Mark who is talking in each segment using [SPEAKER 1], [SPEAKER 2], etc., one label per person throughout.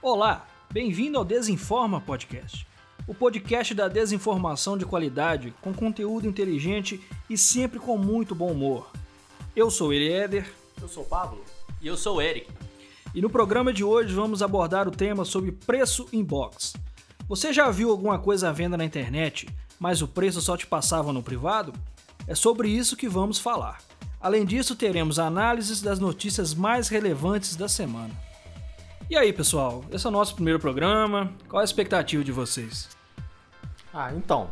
[SPEAKER 1] Olá, bem-vindo ao Desinforma Podcast, o podcast da desinformação de qualidade, com conteúdo inteligente e sempre com muito bom humor. Eu sou Eli Eder
[SPEAKER 2] Eu sou o Pablo.
[SPEAKER 3] E eu sou o Eric.
[SPEAKER 1] e no programa de hoje vamos abordar o tema sobre preço inbox. Você já viu alguma coisa à venda na internet, mas o preço só te passava no privado? É sobre isso que vamos falar. Além disso, teremos análises das notícias mais relevantes da semana. E aí, pessoal? Esse é o nosso primeiro programa. Qual a expectativa de vocês?
[SPEAKER 2] Ah, então.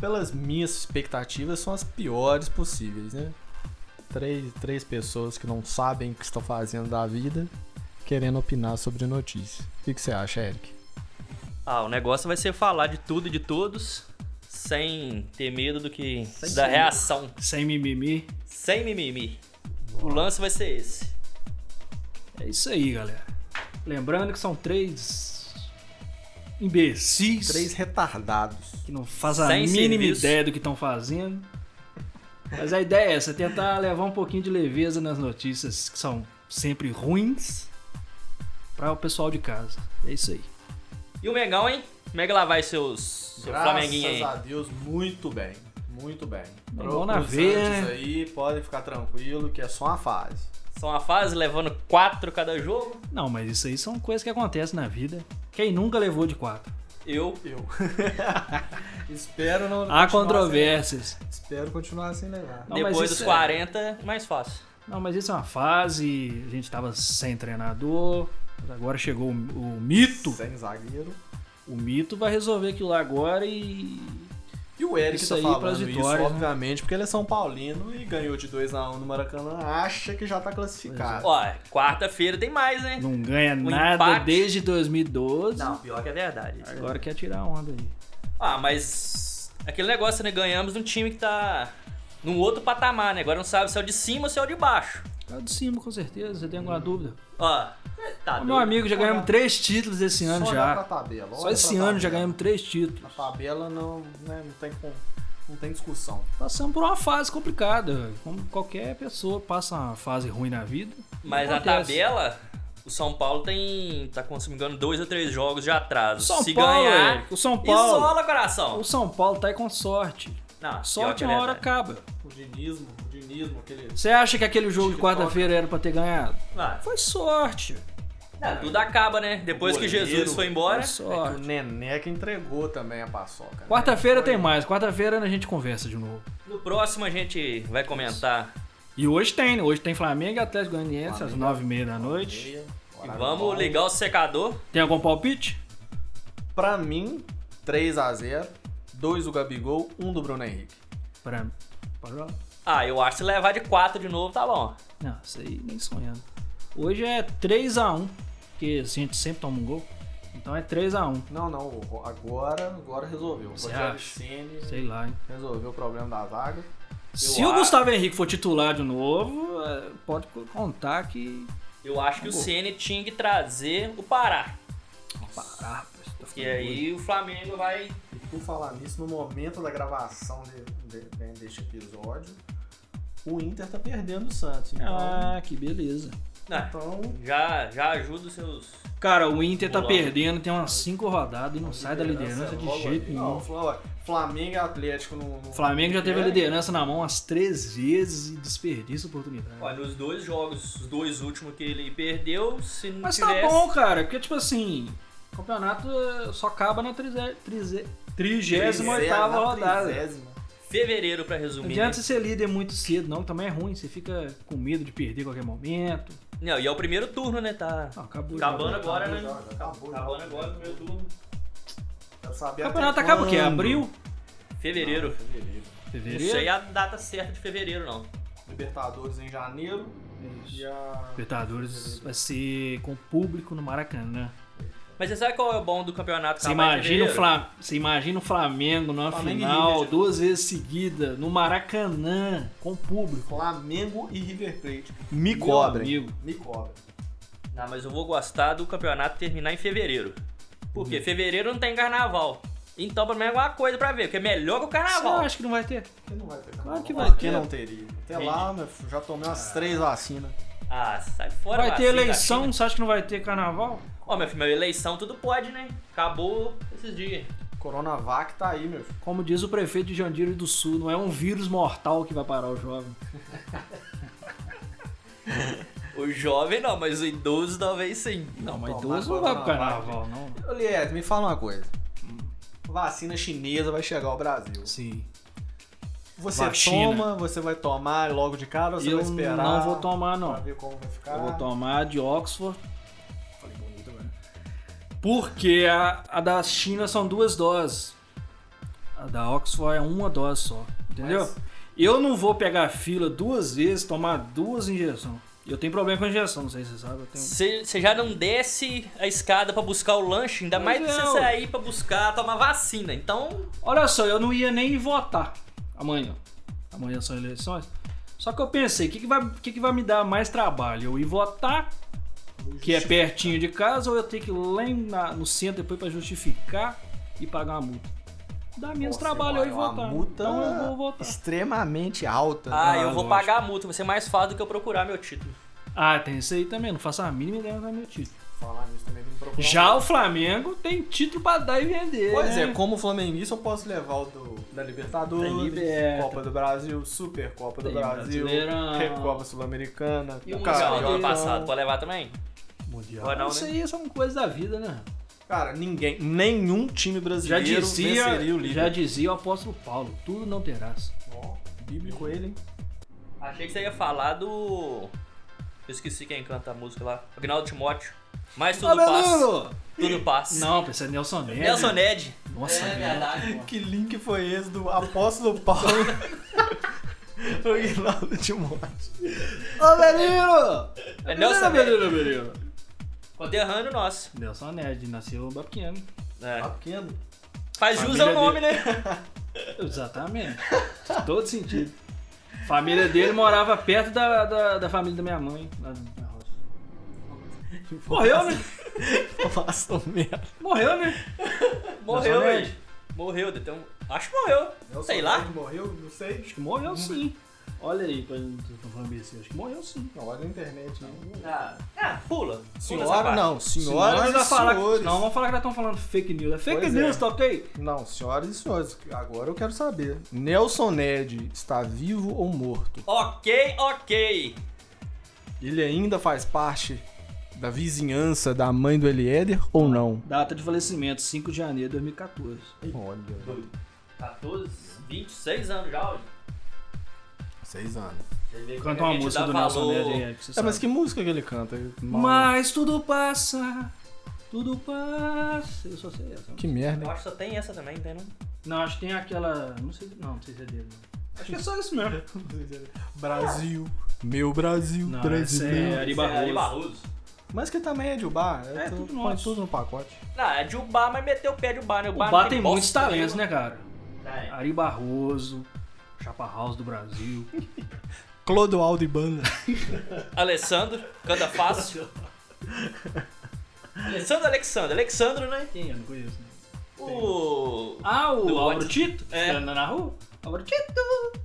[SPEAKER 2] Pelas minhas expectativas, são as piores possíveis, né? Três, três pessoas que não sabem o que estão fazendo da vida querendo opinar sobre notícia. O que, que você acha, Eric?
[SPEAKER 3] Ah, o negócio vai ser falar de tudo e de todos, sem ter medo do que. da reação.
[SPEAKER 1] Sem mimimi.
[SPEAKER 3] Sem mimimi. O lance vai ser esse.
[SPEAKER 1] É isso aí, galera. Lembrando que são três imbecis
[SPEAKER 2] Três retardados.
[SPEAKER 1] que não fazem a
[SPEAKER 3] Sem
[SPEAKER 1] mínima
[SPEAKER 3] serviço.
[SPEAKER 1] ideia do que estão fazendo. Mas a ideia é essa, tentar levar um pouquinho de leveza nas notícias que são sempre ruins para o pessoal de casa. É isso aí.
[SPEAKER 3] E o Mengão, hein? Como é que lá vai seus. seu Flamenguinho aí?
[SPEAKER 2] a Deus, muito bem. Muito bem.
[SPEAKER 1] Mengão na veia,
[SPEAKER 2] Santos
[SPEAKER 1] né?
[SPEAKER 2] aí, podem ficar tranquilo que é só uma fase.
[SPEAKER 3] São a fase levando quatro cada jogo.
[SPEAKER 1] Não, mas isso aí são coisas que acontecem na vida. Quem nunca levou de quatro?
[SPEAKER 3] Eu.
[SPEAKER 2] Eu. Espero
[SPEAKER 3] Hum,
[SPEAKER 2] não.
[SPEAKER 1] Há
[SPEAKER 2] continuar
[SPEAKER 1] controvérsias.
[SPEAKER 2] sem- Espero continuar assim, né? sem levar.
[SPEAKER 1] Não, mas
[SPEAKER 3] depois
[SPEAKER 1] isso
[SPEAKER 3] dos
[SPEAKER 1] é-
[SPEAKER 3] 40, mais fácil.
[SPEAKER 1] Não, mas isso é uma fase. A gente tava sem treinador. mas Agora chegou o, o mito.
[SPEAKER 2] Sem zagueiro.
[SPEAKER 1] O mito vai resolver aquilo lá agora e.
[SPEAKER 2] E o Eric
[SPEAKER 1] Isso
[SPEAKER 2] tá
[SPEAKER 1] aí pras
[SPEAKER 2] falando isso,
[SPEAKER 1] vitórias, né?
[SPEAKER 2] obviamente, porque ele é São Paulino e ganhou de 2x1 no Maracanã, acha que já tá classificado.
[SPEAKER 1] é.
[SPEAKER 3] Ó, quarta-feira tem mais, hein?
[SPEAKER 1] Não ganha
[SPEAKER 3] O
[SPEAKER 1] nada
[SPEAKER 3] empate-
[SPEAKER 1] desde 2012.
[SPEAKER 3] pior que é verdade. Isso é-
[SPEAKER 1] Agora quer tirar onda aí.
[SPEAKER 3] Ah, mas. Aquele negócio, né? Ganhamos num time que tá. num outro patamar, né? Agora não sabe se é o de cima ou se é o de baixo.
[SPEAKER 1] É o de cima, com certeza. Você tem alguma dúvida?
[SPEAKER 3] Ó. Tá
[SPEAKER 1] Ô, meu
[SPEAKER 3] doido.
[SPEAKER 1] amigo, já
[SPEAKER 2] Olha-
[SPEAKER 1] ganhamos três títulos esse ano
[SPEAKER 2] Só olhar pra
[SPEAKER 1] já.
[SPEAKER 2] tabela. olha
[SPEAKER 1] Só
[SPEAKER 2] pra
[SPEAKER 1] esse
[SPEAKER 2] tabela.
[SPEAKER 1] ano já ganhamos três
[SPEAKER 2] Na
[SPEAKER 1] títulos.
[SPEAKER 2] tabela não, né, não, tem, com- não tem discussão.
[SPEAKER 1] Passamos por uma fase complicada. Como qualquer pessoa passa uma fase ruim na vida. e
[SPEAKER 3] Mas na
[SPEAKER 1] acontece.
[SPEAKER 3] tabela, o São Paulo tem. tá consumindo dois ou três jogos de atraso.
[SPEAKER 1] O São
[SPEAKER 3] Se
[SPEAKER 1] Paulo,
[SPEAKER 3] ganhar,
[SPEAKER 1] Eric, o São Paulo.
[SPEAKER 3] isola coração.
[SPEAKER 1] O São Paulo tá aí com sorte.
[SPEAKER 3] Não,
[SPEAKER 1] Sorte
[SPEAKER 3] pior que é
[SPEAKER 1] uma hora
[SPEAKER 3] verdade.
[SPEAKER 1] acaba.
[SPEAKER 2] O dinismo, o dinismo, aquele.
[SPEAKER 1] Você acha que aquele jogo de
[SPEAKER 2] Tic-toc.
[SPEAKER 1] quarta-feira era pra ter ganhado?
[SPEAKER 3] Ah,
[SPEAKER 1] Foi sorte.
[SPEAKER 3] não, tudo acaba, né? Depois que
[SPEAKER 2] Goleiro.
[SPEAKER 3] Jesus foi embora.
[SPEAKER 1] Foi
[SPEAKER 2] É que o
[SPEAKER 1] sorte.
[SPEAKER 2] Nené que entregou também a paçoca. né?
[SPEAKER 1] Quarta-feira tem mais. Quarta-feira a gente conversa de novo.
[SPEAKER 3] No próximo a gente vai comentar.
[SPEAKER 1] E hoje tem, né? Hoje tem Flamengo e Atlético Goianiense às
[SPEAKER 2] Flamengo,
[SPEAKER 1] nove e meia da noite.
[SPEAKER 2] Meia,
[SPEAKER 3] E
[SPEAKER 2] horário
[SPEAKER 3] vamos
[SPEAKER 2] bom.
[SPEAKER 3] ligar o secador.
[SPEAKER 1] Tem algum palpite?
[SPEAKER 2] Pra mim, 3x0, 2 do Gabigol, 1 do Bruno Henrique.
[SPEAKER 1] Pra... Pode falar?
[SPEAKER 3] Ah, eu acho que se levar de quatro de novo, tá bom.
[SPEAKER 1] Não, isso aí nem sonhando. Hoje é 3x1, porque assim, a gente sempre toma um gol. Então é 3x1.
[SPEAKER 2] Não, não, o Ro- agora, agora resolveu. O
[SPEAKER 1] Você
[SPEAKER 2] Rogério
[SPEAKER 1] acha?
[SPEAKER 2] Ceni
[SPEAKER 1] Sei lá, hein?
[SPEAKER 2] resolveu o problema da zaga.
[SPEAKER 1] Se o
[SPEAKER 3] acho-
[SPEAKER 1] Gustavo Henrique for titular de novo, é, pode co- contar que.
[SPEAKER 3] Eu acho que o
[SPEAKER 2] Bom.
[SPEAKER 3] Ceni tinha que trazer o Pará.
[SPEAKER 1] Parar, pô, isso tá
[SPEAKER 3] E
[SPEAKER 1] ficando doido.
[SPEAKER 3] aí o Flamengo vai.
[SPEAKER 2] E por falar nisso, no momento da gravação de- de- de- deste episódio, o Inter tá perdendo o Santos. Então,
[SPEAKER 1] Ah, que beleza.
[SPEAKER 3] Não,
[SPEAKER 2] então
[SPEAKER 3] né, já, já ajuda os seus.
[SPEAKER 1] Cara, o Inter tá
[SPEAKER 3] Vamos lá.
[SPEAKER 1] perdendo, tem umas 5 rodadas e não sai da liderança de
[SPEAKER 2] logo
[SPEAKER 1] jeito
[SPEAKER 2] ali. é Não,
[SPEAKER 1] nenhum.
[SPEAKER 2] Fla- olha, Flamengo e Atlético no. no
[SPEAKER 1] O Flamengo já teve a
[SPEAKER 2] É,
[SPEAKER 1] liderança na mão umas três vezes e desperdiça a oportunidade.
[SPEAKER 3] Olha, nos dois jogos, os dois últimos que ele perdeu, se não
[SPEAKER 1] Mas
[SPEAKER 3] tivesse...
[SPEAKER 1] tá bom, cara, porque tipo assim, o campeonato eh, só acaba na 38
[SPEAKER 2] trigésima,
[SPEAKER 1] rodada.
[SPEAKER 2] trigésima.
[SPEAKER 3] fevereiro pra
[SPEAKER 1] Não
[SPEAKER 3] resumir.
[SPEAKER 1] adianta
[SPEAKER 3] né?
[SPEAKER 1] você ser líder muito cedo, não, que também é ruim, você fica com medo de perder a qualquer momento.
[SPEAKER 3] Não, e é o primeiro turno, né? Tá
[SPEAKER 1] Ah, acabou o
[SPEAKER 3] acabando
[SPEAKER 1] jogo.
[SPEAKER 3] agora, né?
[SPEAKER 2] acabou, já, acabou, já.
[SPEAKER 3] acabando agora no primeiro turno.
[SPEAKER 2] Quero saber
[SPEAKER 1] O campeonato
[SPEAKER 2] Tá até
[SPEAKER 1] acaba o quê?
[SPEAKER 2] quando.
[SPEAKER 1] Abril?
[SPEAKER 3] Fevereiro.
[SPEAKER 2] Não, fevereiro.
[SPEAKER 3] Não
[SPEAKER 1] Fevereiro?
[SPEAKER 3] sei a data certa de fevereiro, não.
[SPEAKER 2] Libertadores em janeiro e a.
[SPEAKER 1] Libertadores vai ser com público no Maracanã.
[SPEAKER 3] Mas você sabe qual é o bom do campeonato
[SPEAKER 1] Você
[SPEAKER 3] acabar em
[SPEAKER 1] imagina, o
[SPEAKER 3] fevereiro?
[SPEAKER 1] Fla- você imagina o Flamengo numa
[SPEAKER 2] Tá, Flamengo e
[SPEAKER 1] final,
[SPEAKER 2] River de-
[SPEAKER 1] duas vezes seguida, no Maracanã, com público.
[SPEAKER 2] Flamengo e River Plate. Me
[SPEAKER 1] Meu
[SPEAKER 2] cobrem.
[SPEAKER 1] amigo.
[SPEAKER 2] Me cobrem.
[SPEAKER 3] Não, mas eu vou gostar do campeonato terminar em fevereiro. Por
[SPEAKER 1] Uhum.
[SPEAKER 3] quê? Fevereiro não tem carnaval. Então, pelo menos é uma coisa pra ver, porque é melhor que o
[SPEAKER 2] Ah,
[SPEAKER 1] Você
[SPEAKER 3] carnaval.
[SPEAKER 1] acha que não vai ter?
[SPEAKER 2] Porque não vai ter
[SPEAKER 1] Claro que
[SPEAKER 2] carnaval.
[SPEAKER 1] vai Ah.
[SPEAKER 2] Por
[SPEAKER 1] ter.
[SPEAKER 2] não teria? Até lá, meu, filho, já tomei umas três vacinas.
[SPEAKER 3] Ah, sai fora,
[SPEAKER 1] Vai ter
[SPEAKER 3] vacilo da
[SPEAKER 1] eleição,
[SPEAKER 2] né?
[SPEAKER 3] China.
[SPEAKER 1] você acha que não vai ter carnaval?
[SPEAKER 3] Ó, meu filho, meu, eleição tudo pode, né? Acabou esses dias.
[SPEAKER 2] Coronavac tá aí, meu. filho.
[SPEAKER 1] Como diz o prefeito de Jandiro do Sul, não é um vírus mortal que vai parar o jovem.
[SPEAKER 3] O jovem não, mas o idoso talvez sim.
[SPEAKER 1] Não, mas
[SPEAKER 2] tomar
[SPEAKER 1] idoso não vai pro
[SPEAKER 2] Coronavac.
[SPEAKER 1] carnaval, não.
[SPEAKER 2] Ô, Lied, me fala uma coisa. Vacina chinesa vai chegar ao Brasil.
[SPEAKER 1] Sim.
[SPEAKER 2] Você
[SPEAKER 1] Vacina.
[SPEAKER 2] toma, você vai tomar logo de cara ou você
[SPEAKER 1] Eu
[SPEAKER 2] vai esperar?
[SPEAKER 1] não vou tomar, não.
[SPEAKER 2] Pra ver como vai ficar.
[SPEAKER 1] Eu vou tomar de Oxford. Falei bonito agora. Porque a, a da China são duas doses. A da Oxford é uma dose só. Entendeu?
[SPEAKER 2] Mas-
[SPEAKER 1] Eu não vou pegar fila duas vezes, tomar duas injeções. Eu tenho problema com injeção, não sei se você sabe. Eu tenho...
[SPEAKER 3] Você você já não desce a escada pra buscar o lanche, ainda mais
[SPEAKER 1] Pois
[SPEAKER 3] pra
[SPEAKER 1] é,
[SPEAKER 3] você sair pra buscar tomar vacina. Então,
[SPEAKER 1] Olha só, eu não ia nem votar amanhã. Amanhã são eleições. Só que eu pensei, o que, que, vai, o que, que vai me dar mais trabalho? Eu ir votar, que é pertinho de casa, ou eu ter que ir lá em- na- no centro depois pra justificar e pagar uma multa? Dá menos
[SPEAKER 2] Nossa, é
[SPEAKER 1] trabalho eu ir
[SPEAKER 2] uma
[SPEAKER 1] votar.
[SPEAKER 2] multa
[SPEAKER 1] Então eu vou votar.
[SPEAKER 2] Extremamente alta.
[SPEAKER 3] ah,
[SPEAKER 1] não,
[SPEAKER 3] eu vou
[SPEAKER 1] lógico.
[SPEAKER 3] pagar a multa, vai ser mais fácil do que eu procurar meu título.
[SPEAKER 1] Ah, tem isso aí também, não faço a mínima ideia da meu título.
[SPEAKER 2] Falar nisso também tem que procurar.
[SPEAKER 1] Já o Flamengo tem título pra dar e vender.
[SPEAKER 2] Pois
[SPEAKER 1] né?
[SPEAKER 2] é, como flamenguista eu posso levar o do, da Libertadores,
[SPEAKER 1] Da Liberta.
[SPEAKER 2] Copa do Brasil, Supercopa do
[SPEAKER 1] Tem
[SPEAKER 2] Brasil,
[SPEAKER 1] Brasileirão.
[SPEAKER 2] Recopa Sul-Americana,
[SPEAKER 1] E o
[SPEAKER 3] Mundial do ano
[SPEAKER 1] Carioca.
[SPEAKER 3] passado, pode levar também?
[SPEAKER 2] Mundial.
[SPEAKER 3] Pode não,
[SPEAKER 1] é. Isso
[SPEAKER 3] né?
[SPEAKER 1] aí são coisas da vida, né?
[SPEAKER 2] Cara, ninguém, nenhum time
[SPEAKER 1] Já
[SPEAKER 2] brasileiro
[SPEAKER 1] dizia,
[SPEAKER 2] venceria o
[SPEAKER 1] já
[SPEAKER 2] líder.
[SPEAKER 1] dizia o apóstolo Paulo, tudo não terás.
[SPEAKER 2] Ó, bíblico ele, hein?
[SPEAKER 3] Achei que você ia falar do. Eu esqueci quem canta a música lá. Agnaldo Timóteo. Mas tudo passa.
[SPEAKER 1] Abelino!
[SPEAKER 3] Tudo passa.
[SPEAKER 1] Não, pensei em Nelson Neves.
[SPEAKER 3] Nelson Ned.
[SPEAKER 1] Nossa,
[SPEAKER 3] É
[SPEAKER 1] velho.
[SPEAKER 3] verdade.
[SPEAKER 2] Que link foi esse do apóstolo Paulo? O Guinaldo Timóteo.
[SPEAKER 1] Ô, Belino!
[SPEAKER 3] É Nelson Ned.
[SPEAKER 1] Belino, Belino.
[SPEAKER 3] Conterrâneo nosso.
[SPEAKER 1] Nelson Ned, nasceu em Bapiano.
[SPEAKER 3] É.
[SPEAKER 2] Tá pequeno.
[SPEAKER 3] Faz
[SPEAKER 1] Ah,
[SPEAKER 3] jus
[SPEAKER 1] Família
[SPEAKER 3] ao nome, né?
[SPEAKER 1] Exatamente. Todo sentido. Família dele morava perto da, da, da família da minha mãe. lá na roça. Morreu, né?
[SPEAKER 2] Apóstolo um merda.
[SPEAKER 1] Morreu, né?
[SPEAKER 3] Morreu,
[SPEAKER 1] Nelson
[SPEAKER 3] velho. Morreu, deu até um- Acho que morreu. Sei lá.
[SPEAKER 2] Morreu, não sei.
[SPEAKER 1] Acho que morreu sim. Olha aí, pra não tô falando besteira. assim, Acho que morreu sim.
[SPEAKER 2] Não, olha na internet. Não.
[SPEAKER 3] Ah, ah, pula. Pula essa
[SPEAKER 2] Senhora
[SPEAKER 3] parte.
[SPEAKER 2] não, senhoras
[SPEAKER 1] Senhora vai
[SPEAKER 2] e
[SPEAKER 1] falar
[SPEAKER 2] senhores.
[SPEAKER 1] Não, vão falar que nós estamos falando fake news. É fake
[SPEAKER 2] Pois
[SPEAKER 1] news,
[SPEAKER 2] é.
[SPEAKER 1] tá ok?
[SPEAKER 2] Não, senhoras e senhores, agora eu quero saber. Nelson Ned está vivo ou morto?
[SPEAKER 3] Ok, ok.
[SPEAKER 2] Ele ainda faz parte da vizinhança da mãe do Eliéder ou não?
[SPEAKER 1] Data de falecimento, 5 de janeiro de 2014.
[SPEAKER 2] Olha,
[SPEAKER 3] 14, 26 anos já, olha.
[SPEAKER 2] seis anos.
[SPEAKER 3] Você vê como
[SPEAKER 1] Canta
[SPEAKER 3] a
[SPEAKER 1] uma
[SPEAKER 3] gente
[SPEAKER 1] música
[SPEAKER 3] dá
[SPEAKER 1] do Nelson
[SPEAKER 3] valor.
[SPEAKER 1] Ned aí, que você
[SPEAKER 2] É, mas
[SPEAKER 1] sabe.
[SPEAKER 2] que música que ele canta? Mal. né?
[SPEAKER 1] Mas tudo passa, tudo passa. Eu só sei essa.
[SPEAKER 2] Que merda.
[SPEAKER 3] Eu
[SPEAKER 2] hein?
[SPEAKER 3] acho que só tem essa também, então, né? tem não?
[SPEAKER 1] Não, acho que tem aquela. Não sei, não, não sei se é dele. não. Acho que é só isso mesmo.
[SPEAKER 2] Brasil, meu Brasil
[SPEAKER 1] Não, essa
[SPEAKER 2] brasileiro.
[SPEAKER 1] é Ari
[SPEAKER 3] Isso é Ari
[SPEAKER 1] Barroso.
[SPEAKER 3] Barroso.
[SPEAKER 2] Mas que também é de Ubar,
[SPEAKER 1] É,
[SPEAKER 2] tu-
[SPEAKER 1] tudo
[SPEAKER 2] põe
[SPEAKER 1] nosso.
[SPEAKER 2] tudo no pacote.
[SPEAKER 3] Não, é de Ubar, mas meteu o pé de Ubar, né?
[SPEAKER 1] O
[SPEAKER 3] Ubar, não
[SPEAKER 1] Bar tem
[SPEAKER 3] bosta
[SPEAKER 1] muitos talentos,
[SPEAKER 3] nenhuma.
[SPEAKER 1] né, cara?
[SPEAKER 3] Tem.
[SPEAKER 1] Ari Barroso, Chapa House do Brasil.
[SPEAKER 2] Clodoaldo e Banda.
[SPEAKER 3] É. Alessandro, canta fácil. Alessandro Alexandre. Alexandro, né?
[SPEAKER 1] Quem? Eu não conheço. Né?
[SPEAKER 3] O.
[SPEAKER 1] Ah, o
[SPEAKER 3] Do
[SPEAKER 1] Álvaro
[SPEAKER 3] Whats-
[SPEAKER 1] Tito?
[SPEAKER 3] É.
[SPEAKER 1] É. na rua? Álvaro Tito!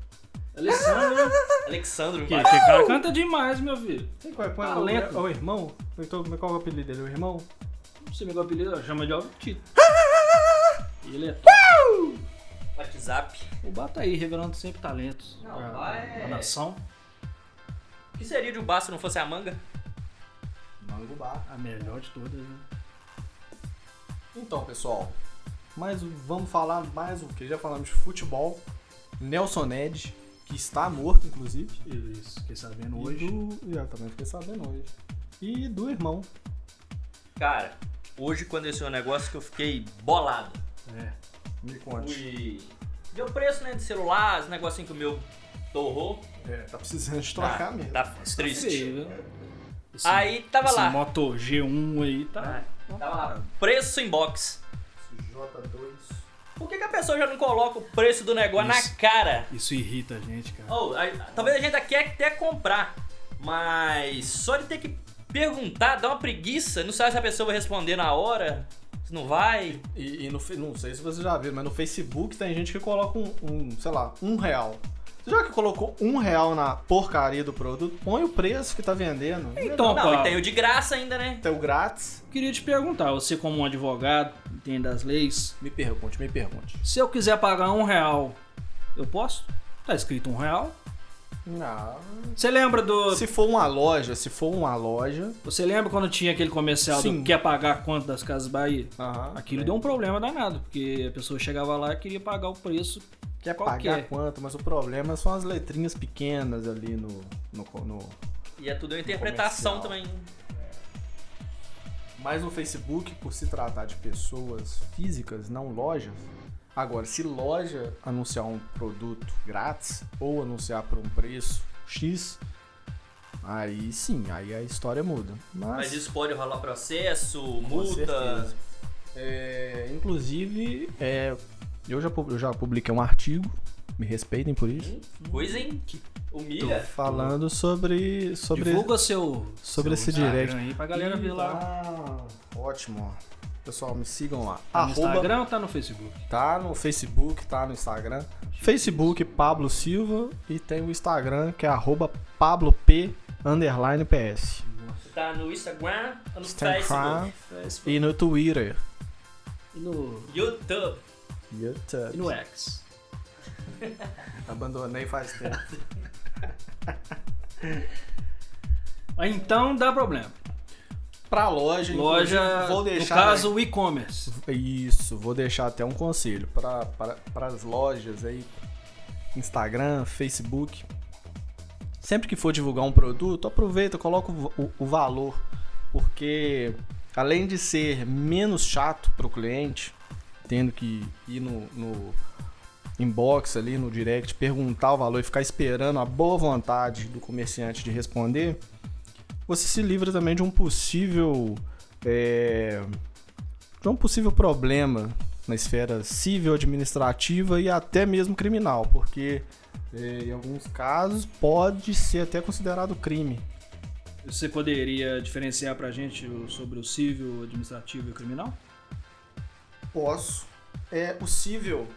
[SPEAKER 1] Alessandro.
[SPEAKER 3] Alexandro,
[SPEAKER 1] que,
[SPEAKER 3] vai.
[SPEAKER 1] que cara canta demais, meu filho.
[SPEAKER 2] Sei qual é, qual é, o-
[SPEAKER 1] Talento.
[SPEAKER 2] é o irmão? Então, Qual é o apelido dele? O irmão?
[SPEAKER 1] Você me apelido, chama de Álvaro Tito. Ele é top.
[SPEAKER 3] WhatsApp.
[SPEAKER 1] O Bar tá aí, revelando sempre talentos.
[SPEAKER 3] Não,
[SPEAKER 1] pra-
[SPEAKER 3] o Bar é-
[SPEAKER 1] pra nação.
[SPEAKER 3] O que seria de Ubar se não fosse a manga?
[SPEAKER 2] Mango Bar.
[SPEAKER 1] A melhor de todas, né?
[SPEAKER 2] Então, pessoal, mas um- vamos falar mais o que? Já falamos de futebol, Nelson Ned, que está morto, inclusive.
[SPEAKER 1] Isso, fiquei sabendo
[SPEAKER 2] E
[SPEAKER 1] hoje.
[SPEAKER 2] do... Já também fiquei sabendo hoje. E do irmão.
[SPEAKER 3] Cara, hoje quando esse é um negócio que eu fiquei bolado.
[SPEAKER 1] É.
[SPEAKER 2] Me conte.
[SPEAKER 3] Fui. Deu preço, né? De celular, os negocinhos que o meu torrou.
[SPEAKER 2] É, tá precisando de
[SPEAKER 3] tá,
[SPEAKER 2] trocar mesmo.
[SPEAKER 3] tá triste.
[SPEAKER 1] Feio, viu? Esse-
[SPEAKER 3] Aí tava
[SPEAKER 1] esse
[SPEAKER 3] lá.
[SPEAKER 1] Moto G1 aí tá.
[SPEAKER 3] Ah, Tava lá. Preço em box.
[SPEAKER 2] J2.
[SPEAKER 3] Por que, que a pessoa já não coloca o preço do negócio
[SPEAKER 1] Isso.
[SPEAKER 3] na cara?
[SPEAKER 1] Isso irrita a gente, cara.
[SPEAKER 3] Oh, aí, talvez a gente aqui até comprar, mas só de ter que perguntar dá uma preguiça. Não sabe se a pessoa vai responder na hora, se não vai.
[SPEAKER 2] E, e no, fe- não sei se vocês já viram, mas no Facebook tem gente que coloca um, um, sei lá, um real. Já que colocou um real na porcaria do produto, põe o preço que tá vendendo.
[SPEAKER 1] Então,
[SPEAKER 3] Não,
[SPEAKER 1] Paulo,
[SPEAKER 3] e tem o de graça ainda, né?
[SPEAKER 2] Até o grátis.
[SPEAKER 1] queria te perguntar, você como um advogado, entende as leis,
[SPEAKER 2] Me pergunte, me pergunte.
[SPEAKER 1] se eu quiser pagar um real, eu posso? Tá escrito um real.
[SPEAKER 2] Não.
[SPEAKER 1] Você lembra do...
[SPEAKER 2] Se for uma loja, se for uma loja.
[SPEAKER 1] Você lembra quando tinha aquele comercial
[SPEAKER 2] Sim.
[SPEAKER 1] do quer pagar quanto das Casas Bahia?
[SPEAKER 2] Aham. É.
[SPEAKER 1] Aquilo deu um problema danado, porque a pessoa chegava lá e queria pagar o preço.
[SPEAKER 2] Quer
[SPEAKER 1] qualquer.
[SPEAKER 2] pagar quanto, mas o problema são as letrinhas pequenas ali no. no, no-
[SPEAKER 3] E é tudo uma interpretação também.
[SPEAKER 2] Um Comercial. Mas no Facebook, por se tratar de pessoas físicas, não lojas. Agora, se loja anunciar um produto grátis ou anunciar por um preço X, aí sim, aí a história muda. Mas,
[SPEAKER 3] Mas isso pode rolar processo,
[SPEAKER 2] com
[SPEAKER 3] multa.
[SPEAKER 2] certeza. É, inclusive, é, eu, já, pu- eu já publiquei um artigo, me respeitem por isso.
[SPEAKER 3] Hum, Coisa, hein?
[SPEAKER 2] Tô
[SPEAKER 3] Humilha.
[SPEAKER 2] falando sobre. sobre
[SPEAKER 1] é. Divulga seu.
[SPEAKER 2] sobre
[SPEAKER 1] seu
[SPEAKER 2] esse direct.
[SPEAKER 1] Instagram aí pra galera ver lá.
[SPEAKER 2] Ah, ótimo. Pessoal, me sigam lá.
[SPEAKER 1] Tá no
[SPEAKER 2] Arroba-
[SPEAKER 1] Instagram ou tá no Facebook?
[SPEAKER 2] Tá no Facebook, tá no Instagram. Facebook Pablo Silva e tem o Instagram que é arroba Pablo P underline PS.
[SPEAKER 3] Tá no Instagram, tá no
[SPEAKER 2] Instagram
[SPEAKER 3] Facebook,
[SPEAKER 2] e no Twitter.
[SPEAKER 1] E no.
[SPEAKER 3] YouTube.
[SPEAKER 1] E no X.
[SPEAKER 2] Abandonei faz tempo.
[SPEAKER 1] Mas Então dá problema.
[SPEAKER 2] pra loja,
[SPEAKER 1] Loja,
[SPEAKER 2] inclusive, vou
[SPEAKER 1] no
[SPEAKER 2] deixar né?
[SPEAKER 1] caso, o e-commerce.
[SPEAKER 2] Isso, vou deixar até um conselho para pra, as lojas aí, Instagram, Facebook. Sempre que for divulgar um produto, aproveita, coloca o, o- o valor, porque além de ser menos chato para o cliente, tendo que ir no, no inbox ali, no direct, perguntar o valor e ficar esperando a boa vontade do comerciante de responder, você se livra também de um possível é, de um possível problema na esfera civil, administrativa e até mesmo criminal, porque eh, em alguns casos pode ser até considerado crime.
[SPEAKER 1] Você poderia diferenciar pra gente o- sobre o civil, administrativo e criminal?
[SPEAKER 2] Posso. É possível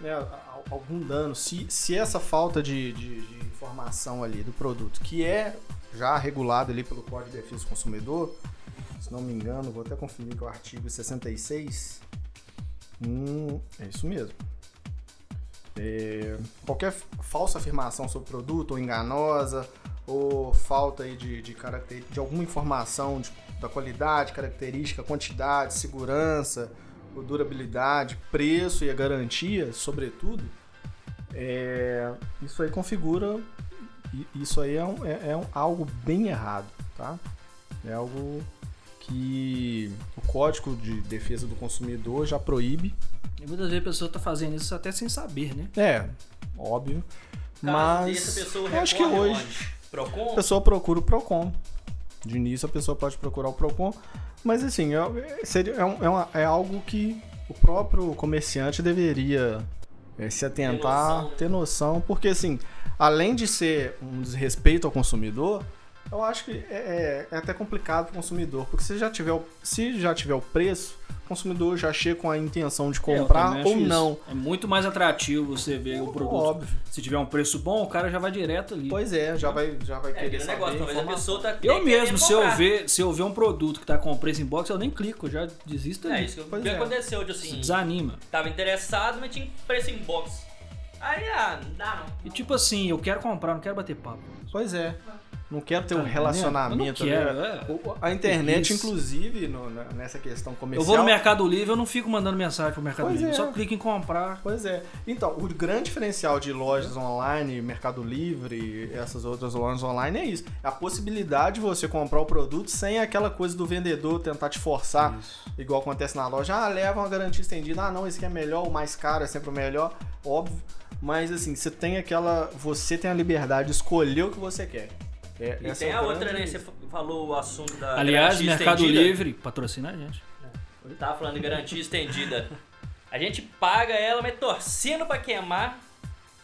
[SPEAKER 2] né, a- a- algum dano. Se, se essa falta de, de- de informação ali do produto, que é já regulado ali pelo Código de Defesa do Consumidor, se não me engano, vou até conferir que é o artigo 66. Hum, é isso mesmo. É, qualquer f- falsa afirmação sobre o produto, ou enganosa, ou falta aí de, de, caracter- de alguma informação de- da qualidade, característica, quantidade, segurança, ou durabilidade, preço e a garantia, sobretudo, é, isso aí configura. i- Isso aí é, um- é- é um- algo bem errado, tá? É algo que o Código de Defesa do Consumidor já proíbe.
[SPEAKER 1] E muitas vezes a pessoa tá fazendo isso até sem saber, né?
[SPEAKER 2] É, óbvio.
[SPEAKER 3] Caso
[SPEAKER 2] mas
[SPEAKER 3] dessa pessoa
[SPEAKER 2] eu acho que
[SPEAKER 3] recorre
[SPEAKER 2] hoje
[SPEAKER 3] onde?
[SPEAKER 2] a
[SPEAKER 3] Procon? É,
[SPEAKER 2] pessoa procura o Procon. De início a pessoa pode procurar o Procon, mas assim, é, é- seria, é, um- é uma- é algo que o próprio comerciante deveria é, se atentar,
[SPEAKER 3] noção, né?
[SPEAKER 2] ter noção, porque assim, além de ser um desrespeito ao consumidor, eu acho que é, é- é até complicado para o consumidor, porque se já tiver o, se já tiver o preço, o consumidor já chega com a intenção de
[SPEAKER 1] É, eu
[SPEAKER 2] comprar
[SPEAKER 1] também acho
[SPEAKER 2] ou
[SPEAKER 1] isso.
[SPEAKER 2] não.
[SPEAKER 1] É muito mais atrativo você ver o produto. né?
[SPEAKER 2] Óbvio.
[SPEAKER 1] Se tiver um preço bom, o cara já vai direto ali.
[SPEAKER 2] Pois é, já vai, já vai
[SPEAKER 3] É
[SPEAKER 2] querer
[SPEAKER 3] aquele
[SPEAKER 2] saber.
[SPEAKER 3] negócio, talvez a
[SPEAKER 2] informação.
[SPEAKER 3] pessoa tá
[SPEAKER 1] Eu
[SPEAKER 3] querendo
[SPEAKER 1] mesmo, se eu,
[SPEAKER 3] comprar.
[SPEAKER 1] ver, se eu ver um produto que tá com preço em box, eu nem clico, eu já desisto
[SPEAKER 3] É
[SPEAKER 1] ali.
[SPEAKER 3] isso que
[SPEAKER 2] Pois
[SPEAKER 3] que
[SPEAKER 2] é.
[SPEAKER 3] aconteceu, hoje assim.
[SPEAKER 1] Desanima.
[SPEAKER 3] Tava interessado, mas tinha preço em box. Aí, ah, não dá não.
[SPEAKER 1] E tipo assim, eu quero comprar, não quero bater papo.
[SPEAKER 2] Pois é. Não quero
[SPEAKER 1] Tá
[SPEAKER 2] ter um
[SPEAKER 1] entendendo?
[SPEAKER 2] relacionamento.
[SPEAKER 1] Eu não quero,
[SPEAKER 2] né?
[SPEAKER 1] é.
[SPEAKER 2] O- A internet,
[SPEAKER 1] Isso.
[SPEAKER 2] inclusive, no- na- nessa questão
[SPEAKER 1] Eu
[SPEAKER 2] comercial.
[SPEAKER 1] vou no Mercado Livre, eu não fico mandando mensagem pro Mercado
[SPEAKER 2] Pois
[SPEAKER 1] Livre.
[SPEAKER 2] é.
[SPEAKER 1] Só clico em comprar.
[SPEAKER 2] Pois é. Então, o grande diferencial de lojas online, Mercado Livre, essas outras lojas online é isso. É a possibilidade de você comprar o produto sem aquela coisa do vendedor tentar te forçar,
[SPEAKER 1] Isso.
[SPEAKER 2] igual acontece na loja. Ah, leva uma garantia estendida. Ah, não, esse aqui é melhor, o mais caro é sempre o melhor. Óbvio. Mas assim, você tem aquela. Você tem a liberdade de escolher o que você quer. É,
[SPEAKER 3] E
[SPEAKER 2] essa
[SPEAKER 3] tem
[SPEAKER 2] é
[SPEAKER 3] a
[SPEAKER 2] grande-
[SPEAKER 3] outra, né? Você fa- falou o assunto da
[SPEAKER 1] Aliás,
[SPEAKER 3] garantia
[SPEAKER 1] Mercado
[SPEAKER 3] estendida.
[SPEAKER 1] Livre patrocina a gente.
[SPEAKER 3] Tava falando de garantia estendida. A gente paga ela, mas torcendo pra queimar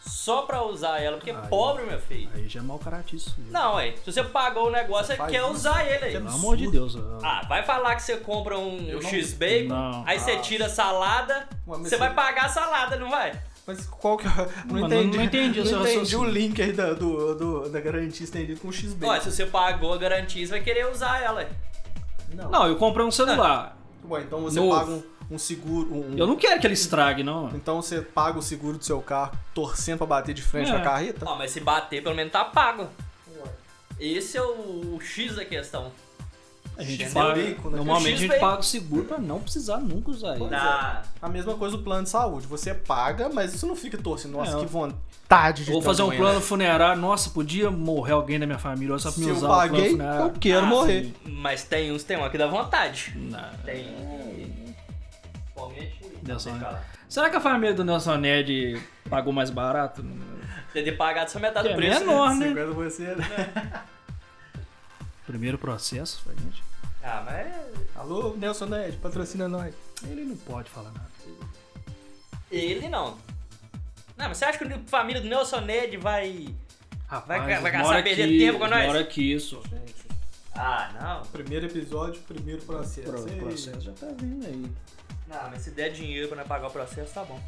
[SPEAKER 3] só pra usar ela. Porque
[SPEAKER 1] Aí.
[SPEAKER 3] pobre, meu filho.
[SPEAKER 1] Aí já é mau caráter isso.
[SPEAKER 3] Não, ué. Se você pagou o negócio, você
[SPEAKER 2] faz
[SPEAKER 3] quer
[SPEAKER 2] isso?
[SPEAKER 3] usar ele aí.
[SPEAKER 2] Você
[SPEAKER 1] Pelo
[SPEAKER 2] absurdo.
[SPEAKER 1] amor de Deus. eu-
[SPEAKER 3] Ah, vai falar que você compra um
[SPEAKER 2] Eu não-
[SPEAKER 3] X-Bacon,
[SPEAKER 1] Não.
[SPEAKER 3] aí você
[SPEAKER 2] Ah.
[SPEAKER 3] tira a salada,
[SPEAKER 2] Ué, mas
[SPEAKER 3] você vai
[SPEAKER 2] você-
[SPEAKER 3] pagar a salada, não vai?
[SPEAKER 2] Mas qual que é. Não,
[SPEAKER 1] Mano,
[SPEAKER 2] entendi.
[SPEAKER 1] não entendi o seu
[SPEAKER 2] entendi
[SPEAKER 1] raciocínio.
[SPEAKER 2] o link aí da, do, do- da garantia estendida com o XB.
[SPEAKER 3] Ó, se você pagou a garantia, você vai querer usar ela. ué.
[SPEAKER 2] Não.
[SPEAKER 1] Não, eu comprei um celular.
[SPEAKER 2] Ué, então você
[SPEAKER 1] Novo.
[SPEAKER 2] paga um, um seguro. um-
[SPEAKER 1] Eu não quero que ele estrague, não.
[SPEAKER 2] Então você paga o seguro do seu carro torcendo pra bater de frente
[SPEAKER 1] É.
[SPEAKER 2] na carreta?
[SPEAKER 3] Ó, mas se bater, pelo menos tá pago. Esse é o X da questão.
[SPEAKER 2] A gente
[SPEAKER 3] Entendeu?
[SPEAKER 2] paga.
[SPEAKER 1] Normalmente a gente
[SPEAKER 3] X-Bay.
[SPEAKER 1] paga o seguro pra não precisar nunca usar ele.
[SPEAKER 3] Da...
[SPEAKER 2] A mesma coisa o plano de saúde. Você paga, mas você não fica torcendo. Nossa,
[SPEAKER 1] Não.
[SPEAKER 2] que vontade de
[SPEAKER 1] Vou
[SPEAKER 2] tá
[SPEAKER 1] fazer um
[SPEAKER 3] Então,
[SPEAKER 2] doendo.
[SPEAKER 1] plano
[SPEAKER 3] né?
[SPEAKER 1] funerário. Nossa, podia morrer alguém da minha família olha só pra
[SPEAKER 2] né? Se
[SPEAKER 1] me
[SPEAKER 2] eu
[SPEAKER 1] usar
[SPEAKER 2] paguei,
[SPEAKER 1] o plano funerário.
[SPEAKER 2] eu quero
[SPEAKER 3] Ah,
[SPEAKER 2] morrer.
[SPEAKER 3] Mas tem uns, tem um aqui da vontade.
[SPEAKER 1] Não.
[SPEAKER 3] Tem. Principalmente.
[SPEAKER 1] Nelson
[SPEAKER 3] Tem que
[SPEAKER 1] Ned.
[SPEAKER 3] falar.
[SPEAKER 1] Será que a família do Nelson Ned pagou mais barato?
[SPEAKER 3] Tem de pagar só metade
[SPEAKER 1] Que
[SPEAKER 3] do
[SPEAKER 1] é
[SPEAKER 3] preço.
[SPEAKER 1] menor. né?
[SPEAKER 2] 50 você, né?
[SPEAKER 1] Primeiro processo, foi, gente.
[SPEAKER 3] Ah, mas.
[SPEAKER 2] Alô, Nelson Ned, patrocina nós.
[SPEAKER 1] Ele não pode falar nada.
[SPEAKER 3] Ele não. Não, mas você acha que a família do Nelson Ned vai.
[SPEAKER 1] Rapaz,
[SPEAKER 3] Vai- vai
[SPEAKER 1] mora
[SPEAKER 3] gastar perder
[SPEAKER 1] aqui,
[SPEAKER 3] tempo com nós?
[SPEAKER 1] Mora aqui, isso.
[SPEAKER 2] Gente,
[SPEAKER 3] Ah, não.
[SPEAKER 2] primeiro episódio, primeiro processo.
[SPEAKER 1] Pro-
[SPEAKER 2] Ei,
[SPEAKER 1] processo já tá vindo aí.
[SPEAKER 3] Não, mas se der dinheiro pra não pagar o processo, tá bom.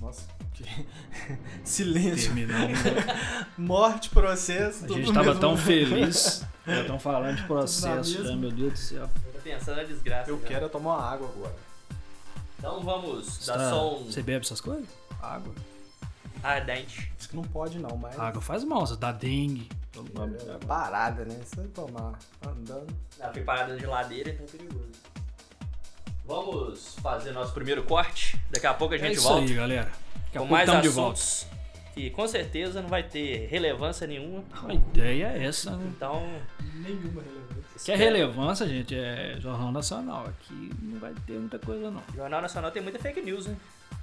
[SPEAKER 2] Nossa, que... silêncio.
[SPEAKER 1] Terminamos.
[SPEAKER 2] Morte, processo.
[SPEAKER 1] A
[SPEAKER 2] tudo
[SPEAKER 1] gente tava
[SPEAKER 2] mesmo.
[SPEAKER 1] tão feliz. Já estão falando de processo,
[SPEAKER 2] Tudo na
[SPEAKER 1] né?
[SPEAKER 2] mesma.
[SPEAKER 1] Meu Deus do céu.
[SPEAKER 3] Eu tô pensando na desgraça.
[SPEAKER 2] Eu
[SPEAKER 3] já.
[SPEAKER 2] quero é tomar uma água agora.
[SPEAKER 3] Então vamos
[SPEAKER 1] Você
[SPEAKER 3] dar
[SPEAKER 1] tá-
[SPEAKER 3] só um
[SPEAKER 1] Você bebe essas coisas?
[SPEAKER 2] Água?
[SPEAKER 3] ardente.
[SPEAKER 2] Isso que não pode não, mas...
[SPEAKER 1] Água faz mal, você dá dengue. Então, vamos-
[SPEAKER 2] É parada, né? Se você tomar andando...
[SPEAKER 3] Na preparada Tá na geladeira, então é perigoso. Vamos fazer nosso primeiro corte. Daqui a pouco a
[SPEAKER 1] é
[SPEAKER 3] gente
[SPEAKER 1] isso
[SPEAKER 3] volta
[SPEAKER 1] aí, galera. Daqui a
[SPEAKER 3] com
[SPEAKER 1] pouco
[SPEAKER 3] mais
[SPEAKER 1] tamo de volta.
[SPEAKER 3] assuntos que com certeza não vai ter relevância nenhuma.
[SPEAKER 1] A ideia é essa, né?
[SPEAKER 3] Então,
[SPEAKER 2] Nenhuma relevância.
[SPEAKER 1] Que é relevância, gente, é Jornal Nacional. Aqui não vai ter muita coisa, não.
[SPEAKER 3] o Jornal Nacional tem muita fake news, né?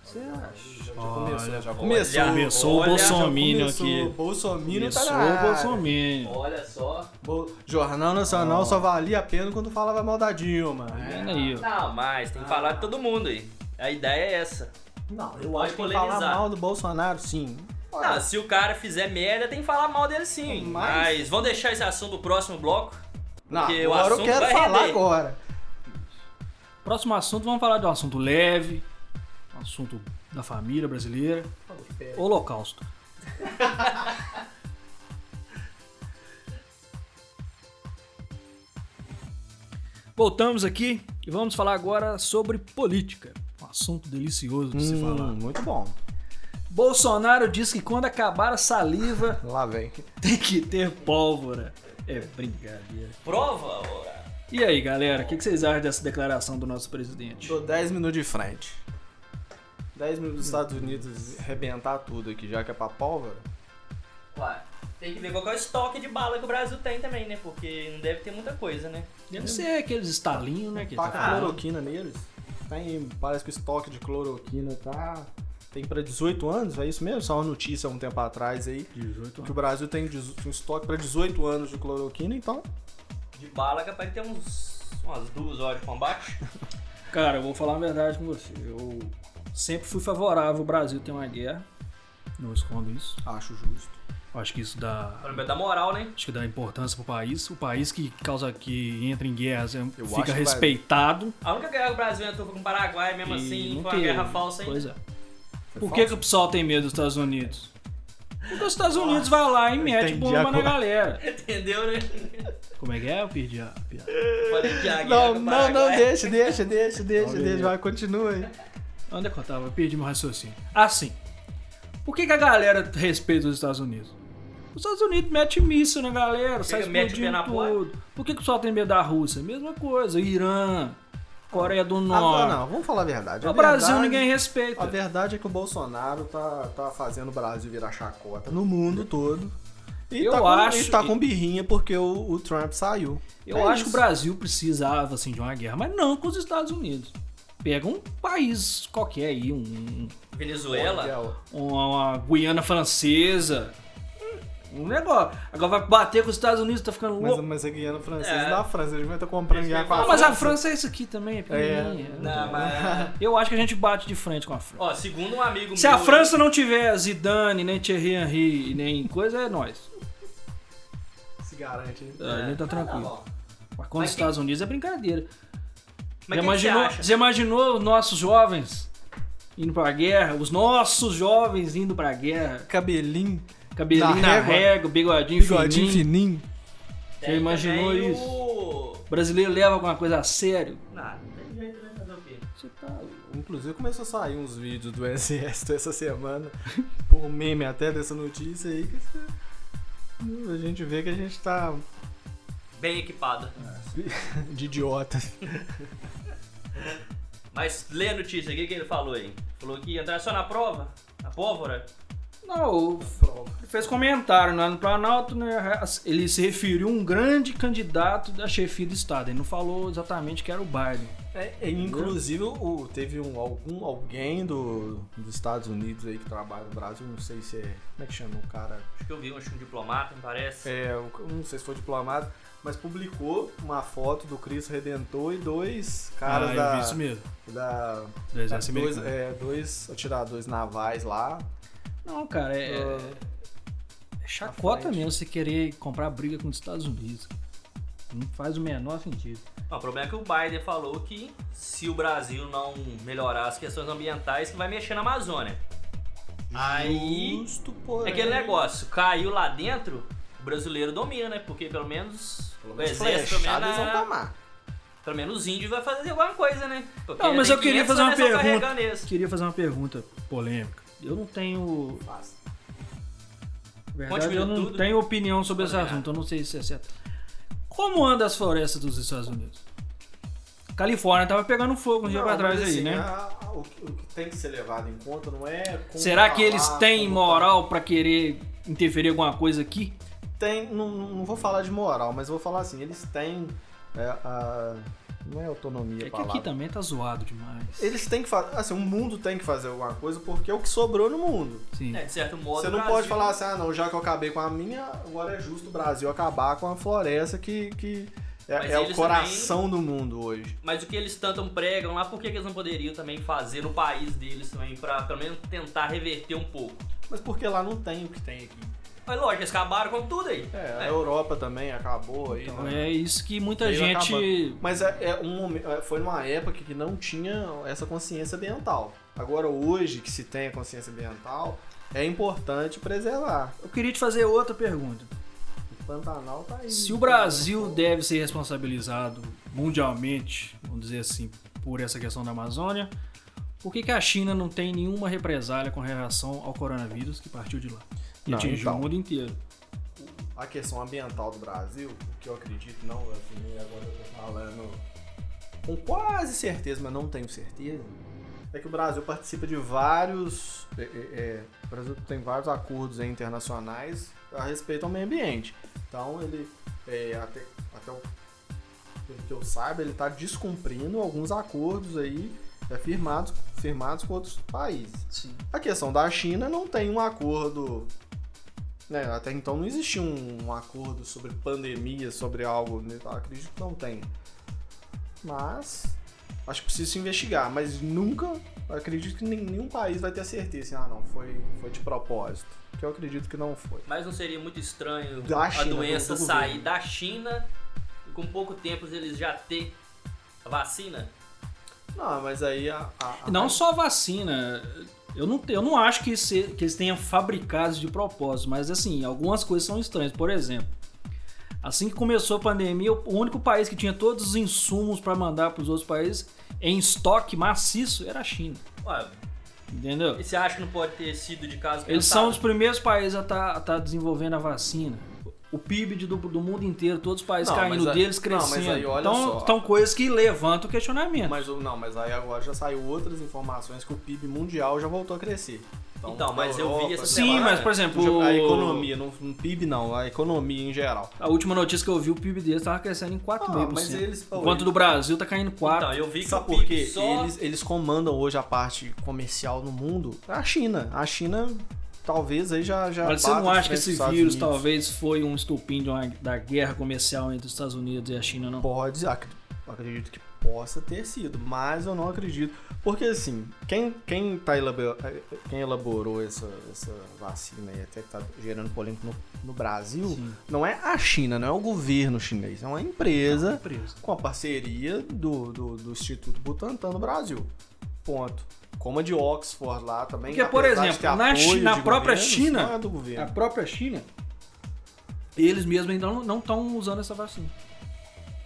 [SPEAKER 1] Você acha?
[SPEAKER 2] Já
[SPEAKER 1] Olha,
[SPEAKER 2] começou, Ah, já
[SPEAKER 3] começou.
[SPEAKER 2] começou.
[SPEAKER 1] Começou
[SPEAKER 3] Olha,
[SPEAKER 1] o Bolsominion
[SPEAKER 2] Bolsonaro
[SPEAKER 1] aqui.
[SPEAKER 2] Bolsonaro tá
[SPEAKER 1] Começou
[SPEAKER 2] na
[SPEAKER 1] o
[SPEAKER 2] área.
[SPEAKER 1] Bolsominion.
[SPEAKER 3] Olha só.
[SPEAKER 2] Bo- Jornal Nacional
[SPEAKER 1] Ah.
[SPEAKER 2] só valia a pena quando falava mal da Dilma. Né?
[SPEAKER 1] Vendo aí, ó.
[SPEAKER 3] Não, mas tem que
[SPEAKER 2] Ah.
[SPEAKER 3] falar de todo mundo aí. A ideia é essa.
[SPEAKER 2] Não, eu
[SPEAKER 3] Pode
[SPEAKER 2] acho que
[SPEAKER 3] polemizar.
[SPEAKER 2] falar mal do Bolsonaro, sim.
[SPEAKER 3] Não, se o cara fizer merda, tem que falar mal dele sim.
[SPEAKER 2] Mas-
[SPEAKER 3] Mas vamos deixar esse assunto pro próximo bloco.
[SPEAKER 2] Não,
[SPEAKER 3] porque o
[SPEAKER 2] agora eu
[SPEAKER 3] assunto
[SPEAKER 2] quero
[SPEAKER 3] vai
[SPEAKER 2] falar
[SPEAKER 3] render.
[SPEAKER 2] agora.
[SPEAKER 1] Próximo assunto, vamos falar de um assunto leve. Um assunto da família brasileira. Holocausto. Voltamos aqui e vamos falar agora sobre política. Um assunto delicioso de se falar.
[SPEAKER 2] Hum, muito bom.
[SPEAKER 1] Bolsonaro diz que quando acabar a saliva
[SPEAKER 2] Lá vem.
[SPEAKER 1] tem que ter pólvora. É brincadeira.
[SPEAKER 3] Prova, ora.
[SPEAKER 1] E aí, galera, o que, que vocês acham dessa declaração do nosso presidente?
[SPEAKER 2] Tô 10 minutos de frente. 10 minutos dos Estados Unidos arrebentar tudo aqui, já que é pra pólvora.
[SPEAKER 3] Ué, tem que ver qual que é o estoque de bala que o Brasil tem também, né? Porque não deve ter muita coisa, né?
[SPEAKER 1] Deve ser aqueles estalinhos, né? Que
[SPEAKER 2] Taca
[SPEAKER 1] tá falando.
[SPEAKER 2] cloroquina neles. Tem, parece que o estoque de cloroquina tá. Tem pra 18 anos, é isso mesmo? Só uma notícia há um tempo atrás aí. Que o Brasil tem dezo- um estoque pra 18 anos de cloroquina, então.
[SPEAKER 3] De bala capaz de ter uns. umas duas horas de combate.
[SPEAKER 1] Cara, eu vou falar a verdade com você. Eu sempre fui favorável ao Brasil ter uma guerra. Não escondo isso.
[SPEAKER 2] Acho justo.
[SPEAKER 1] Eu Acho que isso dá.
[SPEAKER 3] Pra dar moral, né?
[SPEAKER 1] Acho que dá importância pro país. O país que causa que entra em guerras é-
[SPEAKER 2] acho que
[SPEAKER 1] fica
[SPEAKER 2] vai-
[SPEAKER 1] respeitado.
[SPEAKER 3] A única guerra que o Brasil entrou foi com o Paraguai, mesmo
[SPEAKER 1] e
[SPEAKER 3] assim,
[SPEAKER 1] não
[SPEAKER 3] foi uma
[SPEAKER 1] teve.
[SPEAKER 3] guerra falsa ainda.
[SPEAKER 1] Pois é. Por que, que o pessoal tem medo dos Estados Unidos? Porque os Estados Unidos vai lá e mete
[SPEAKER 2] entendi
[SPEAKER 1] bomba na
[SPEAKER 2] agora.
[SPEAKER 1] galera.
[SPEAKER 3] Entendeu, né?
[SPEAKER 1] Como é que é? Eu perdi a piada.
[SPEAKER 3] Falei que a guerra
[SPEAKER 2] Não,
[SPEAKER 3] com o
[SPEAKER 2] não, não,
[SPEAKER 3] Paraguai-
[SPEAKER 2] deixa, deixa, deixa, deixa,
[SPEAKER 1] beleza.
[SPEAKER 2] deixa. Vai, continua né? aí.
[SPEAKER 1] Onde é que eu tava? Eu perdi meu raciocínio. Assim, por que, que a galera respeita os Estados Unidos? Os Estados Unidos mete míssil na galera, sai
[SPEAKER 3] que mete o pé
[SPEAKER 1] explodindo
[SPEAKER 3] na porta?
[SPEAKER 1] tudo. Por que, que o pessoal tem medo da Rússia? Mesma coisa. Irã, Coreia do
[SPEAKER 2] Ah,
[SPEAKER 1] Norte.
[SPEAKER 2] não, vamos falar a verdade. A
[SPEAKER 1] o Brasil
[SPEAKER 2] verdade-
[SPEAKER 1] ninguém
[SPEAKER 2] A
[SPEAKER 1] respeita.
[SPEAKER 2] verdade é que o Bolsonaro tá, tá fazendo o Brasil virar chacota no mundo todo. E
[SPEAKER 1] Eu
[SPEAKER 2] tá com,
[SPEAKER 1] acho
[SPEAKER 2] E tá
[SPEAKER 1] que-
[SPEAKER 2] com birrinha porque o, o Trump saiu.
[SPEAKER 1] Eu
[SPEAKER 2] É
[SPEAKER 1] acho
[SPEAKER 2] isso.
[SPEAKER 1] que o Brasil precisava assim, de uma guerra, mas não com os Estados Unidos. Pega um país qualquer aí, um,
[SPEAKER 3] Venezuela?
[SPEAKER 2] Olha,
[SPEAKER 1] uma, uma Guiana francesa. Um negócio. Agora vai bater com os Estados Unidos, tá ficando louco.
[SPEAKER 2] Mas, mas a Guiana Francesa
[SPEAKER 3] É.
[SPEAKER 2] da França, a gente vai estar tá comprando Guiana com a
[SPEAKER 1] Ah,
[SPEAKER 3] Ah,
[SPEAKER 1] mas a França é isso aqui também, é pequenininha.
[SPEAKER 3] Não, mas.
[SPEAKER 1] Eu acho que a gente bate de frente com a França.
[SPEAKER 3] Ó, segundo um amigo
[SPEAKER 1] Se
[SPEAKER 3] meu.
[SPEAKER 1] a França não tiver Zidane, nem Thierry Henry, e nem coisa, é nós.
[SPEAKER 2] Se garante. hein?
[SPEAKER 1] É, A gente tá
[SPEAKER 3] Ah,
[SPEAKER 1] tranquilo.
[SPEAKER 3] não,
[SPEAKER 1] Mas quando os
[SPEAKER 3] Mas que-
[SPEAKER 1] Estados Unidos é brincadeira. já
[SPEAKER 3] Mas o que que você
[SPEAKER 1] imaginou,
[SPEAKER 3] acha?
[SPEAKER 1] já imaginou os nossos jovens Indo pra guerra, os nossos jovens indo pra guerra.
[SPEAKER 2] Cabelinho,
[SPEAKER 1] Cabelinho
[SPEAKER 2] Na
[SPEAKER 1] na
[SPEAKER 2] régua.
[SPEAKER 1] régua, bigodinho,
[SPEAKER 2] bigodinho
[SPEAKER 1] fininho.
[SPEAKER 2] fininho.
[SPEAKER 1] Você
[SPEAKER 3] Tem
[SPEAKER 1] imaginou
[SPEAKER 3] também
[SPEAKER 1] isso?
[SPEAKER 3] O...
[SPEAKER 1] O brasileiro leva alguma coisa a sério.
[SPEAKER 3] Nada, tem jeito, né? Fazer o quê?
[SPEAKER 1] Você tá.
[SPEAKER 2] Inclusive começou a sair uns vídeos do exército essa semana, por meme até dessa notícia aí, que você- a gente vê que a gente tá
[SPEAKER 3] Bem equipado.
[SPEAKER 2] de idiota.
[SPEAKER 3] Mas lê a notícia aqui, o que ele falou aí? Falou que ia entrar só na prova? Na pólvora?
[SPEAKER 1] Não, o- ele fez comentário lá no Planalto, né? Ele se referiu a um grande candidato da chefia do Estado. Ele não falou exatamente que era o Biden.
[SPEAKER 2] É, é, inclusive, o, teve um, algum, alguém do, dos Estados Unidos aí que trabalha no Brasil, não sei se é. Como é que chama o cara?
[SPEAKER 3] Acho que eu vi um, acho que um diplomata, me parece.
[SPEAKER 2] É, o- não sei se foi diplomado, mas publicou uma foto do Cristo Redentor e dois caras
[SPEAKER 1] ah, eu vi isso
[SPEAKER 2] da.
[SPEAKER 1] mesmo.
[SPEAKER 2] da
[SPEAKER 1] Do exército
[SPEAKER 2] dois,
[SPEAKER 1] americano.
[SPEAKER 2] é, dois atiradores navais lá.
[SPEAKER 1] Não, cara, é.
[SPEAKER 2] Ah.
[SPEAKER 1] é chacota
[SPEAKER 2] frente.
[SPEAKER 1] mesmo você querer comprar briga com os Estados Unidos. Não faz o menor sentido.
[SPEAKER 3] Não, o problema é que o Biden falou que se o Brasil não melhorar as questões ambientais, que vai mexer na Amazônia. Aí.
[SPEAKER 2] Justo, porém.
[SPEAKER 3] É aquele negócio, caiu lá dentro, o brasileiro domina, né? Porque pelo menos.
[SPEAKER 2] Pelo
[SPEAKER 3] o
[SPEAKER 2] menos
[SPEAKER 3] exército, pelo
[SPEAKER 2] flechado
[SPEAKER 3] menos,
[SPEAKER 2] eles vão tá-
[SPEAKER 3] a-
[SPEAKER 2] tomar.
[SPEAKER 3] pelo menos os índios vai fazer alguma coisa, né? Porque
[SPEAKER 1] Não,
[SPEAKER 3] já
[SPEAKER 1] mas
[SPEAKER 3] tem
[SPEAKER 1] eu queria
[SPEAKER 3] 500
[SPEAKER 1] fazer uma
[SPEAKER 3] anos só
[SPEAKER 1] pergunta.
[SPEAKER 3] carregando isso.
[SPEAKER 1] Queria fazer uma pergunta polêmica. Eu não tenho.
[SPEAKER 2] Fácil.
[SPEAKER 1] Verdade, eu
[SPEAKER 3] minuto,
[SPEAKER 1] não
[SPEAKER 3] tudo.
[SPEAKER 1] tenho opinião sobre esse
[SPEAKER 3] Obrigado.
[SPEAKER 1] assunto, eu não sei se é certo. Como anda as florestas dos Estados Unidos? Califórnia tava pegando fogo um dia
[SPEAKER 2] Não,
[SPEAKER 1] pra trás
[SPEAKER 2] mas
[SPEAKER 1] aí,
[SPEAKER 2] assim,
[SPEAKER 1] né?
[SPEAKER 2] a- a- o, que, o que tem que ser levado em conta não é. como
[SPEAKER 1] Será que eles
[SPEAKER 2] falar,
[SPEAKER 1] têm
[SPEAKER 2] como
[SPEAKER 1] moral pra querer interferir em alguma coisa aqui?
[SPEAKER 2] tem, não, não vou falar de moral, mas vou falar assim, eles têm é, a- não é autonomia
[SPEAKER 1] É
[SPEAKER 2] a
[SPEAKER 1] que aqui
[SPEAKER 2] palavra.
[SPEAKER 1] também tá zoado demais.
[SPEAKER 2] Eles têm que fazer, assim, o mundo tem que fazer alguma coisa porque é o que sobrou no mundo.
[SPEAKER 1] Sim.
[SPEAKER 3] É, de certo modo.
[SPEAKER 2] Você
[SPEAKER 3] o
[SPEAKER 2] não
[SPEAKER 3] Brasil-
[SPEAKER 2] pode falar assim, ah não, já que eu acabei com a minha, agora é justo o Brasil acabar com a floresta que, que
[SPEAKER 3] Mas
[SPEAKER 2] é, é o
[SPEAKER 3] eles
[SPEAKER 2] coração do mundo hoje.
[SPEAKER 3] Mas o que eles tanto pregam lá, por que que eles não poderiam também fazer no país deles também, pra pelo menos tentar reverter um pouco?
[SPEAKER 2] Mas porque lá não tem o que tem aqui.
[SPEAKER 3] Mas lógico, eles acabaram com tudo aí.
[SPEAKER 2] É, a Europa também acabou aí.
[SPEAKER 1] Então
[SPEAKER 2] né?
[SPEAKER 1] é isso que muita
[SPEAKER 2] Veio
[SPEAKER 1] gente.
[SPEAKER 2] acabando. Mas é, é um momen- é, foi numa época que não tinha essa consciência ambiental. Agora, hoje que se tem a consciência ambiental, é importante preservar.
[SPEAKER 1] Eu queria te fazer outra pergunta.
[SPEAKER 2] O Pantanal tá aí.
[SPEAKER 1] Se o Brasil deve ser responsabilizado mundialmente, vamos dizer assim, por essa questão da Amazônia, por que, que a China não tem nenhuma represália com relação ao coronavírus que partiu de lá? E
[SPEAKER 2] Não,
[SPEAKER 1] atingiu
[SPEAKER 2] então.
[SPEAKER 1] o mundo inteiro.
[SPEAKER 2] A questão ambiental do Brasil, o que eu acredito, não, assim, agora eu tô falando com quase certeza, mas não tenho certeza, é que o Brasil participa de vários. é, é, é, o Brasil tem vários acordos aí internacionais a respeito ao meio ambiente. Então ele é, até, até o pelo que eu saiba, ele está descumprindo alguns acordos aí é, firmados, firmados com outros países.
[SPEAKER 1] Sim.
[SPEAKER 2] A questão da China não tem um acordo. né, até então não existia um, um acordo sobre pandemia, sobre algo. né, eu acredito que não tem. Mas. Acho que precisa se investigar, mas nunca. eu acredito que nem- nenhum país vai ter certeza. Assim, ah, não, foi, foi de propósito. Que eu acredito que não foi.
[SPEAKER 3] Mas não seria muito estranho
[SPEAKER 2] Da
[SPEAKER 3] a
[SPEAKER 2] China,
[SPEAKER 3] doença
[SPEAKER 2] do- do
[SPEAKER 3] sair
[SPEAKER 2] governo.
[SPEAKER 3] da China e com pouco tempo eles já ter a vacina?
[SPEAKER 2] Não, mas aí a. a- a-
[SPEAKER 1] Não só a vacina. Eu não, te- eu não acho que, se- que eles tenham fabricado de propósito, mas assim, algumas coisas são estranhas. Por exemplo, assim que começou a pandemia, o único país que tinha todos os insumos para mandar para os outros países em estoque maciço era a China.
[SPEAKER 3] Ué,
[SPEAKER 1] Entendeu?
[SPEAKER 3] e você acha que não pode ter sido de caso
[SPEAKER 1] Eles
[SPEAKER 3] pensado?
[SPEAKER 1] são os primeiros países a estar desenvolvendo a vacina. O PIB de- do, do mundo inteiro, todos os países
[SPEAKER 2] Não,
[SPEAKER 1] caindo
[SPEAKER 2] mas aí-
[SPEAKER 1] deles,
[SPEAKER 2] não, mas
[SPEAKER 1] crescendo.
[SPEAKER 2] aí olha
[SPEAKER 1] então,
[SPEAKER 2] só.
[SPEAKER 1] são coisas que levantam o questionamento.
[SPEAKER 2] Mas, o- um, não, mas aí agora já saiu outras informações que o PIB mundial já voltou a crescer. né?
[SPEAKER 3] Então, mas eu vi essa
[SPEAKER 1] Sim,
[SPEAKER 3] semana,
[SPEAKER 1] mas, por exemplo,
[SPEAKER 2] é, A economia, não, não PIB não, a economia em geral.
[SPEAKER 1] a última notícia que eu vi, o PIB deles estava crescendo em
[SPEAKER 2] Ah,
[SPEAKER 1] 4,5%.
[SPEAKER 2] mas eles- pô,
[SPEAKER 1] enquanto
[SPEAKER 2] eles-
[SPEAKER 1] do Brasil tá caindo 4%.
[SPEAKER 3] Então, eu vi que
[SPEAKER 2] Sabe
[SPEAKER 3] o
[SPEAKER 2] por
[SPEAKER 3] PIB
[SPEAKER 2] quê?
[SPEAKER 3] só...
[SPEAKER 2] Eles, eles comandam hoje a parte comercial no mundo. é A China. A China talvez aí já. já
[SPEAKER 1] mas você
[SPEAKER 2] bata
[SPEAKER 1] não
[SPEAKER 2] de
[SPEAKER 1] acha que
[SPEAKER 2] frente com os
[SPEAKER 1] esse
[SPEAKER 2] Estados
[SPEAKER 1] vírus
[SPEAKER 2] Unidos.
[SPEAKER 1] talvez foi um estupim de uma- da guerra comercial entre os Estados Unidos e a China, não?
[SPEAKER 2] Pode, ac- acredito que possa ter sido, mas eu não acredito. Porque assim, quem, quem, tá elabor- quem elaborou essa, essa vacina e até que tá gerando polêmica no, no Brasil,
[SPEAKER 1] Sim.
[SPEAKER 2] não é a China, não é o governo chinês, é uma empresa
[SPEAKER 1] Preso.
[SPEAKER 2] com a parceria do, do, do Instituto Butantan no Brasil. Ponto. Como a de Oxford lá também.
[SPEAKER 1] Porque, por
[SPEAKER 2] apesar de
[SPEAKER 1] exemplo,
[SPEAKER 2] ter
[SPEAKER 1] na
[SPEAKER 2] apoio
[SPEAKER 1] Chi- na
[SPEAKER 2] de
[SPEAKER 1] própria
[SPEAKER 2] governos,
[SPEAKER 1] China-
[SPEAKER 2] não é do
[SPEAKER 1] A
[SPEAKER 2] governo.
[SPEAKER 1] própria China, eles mesmos ainda não estão usando essa vacina.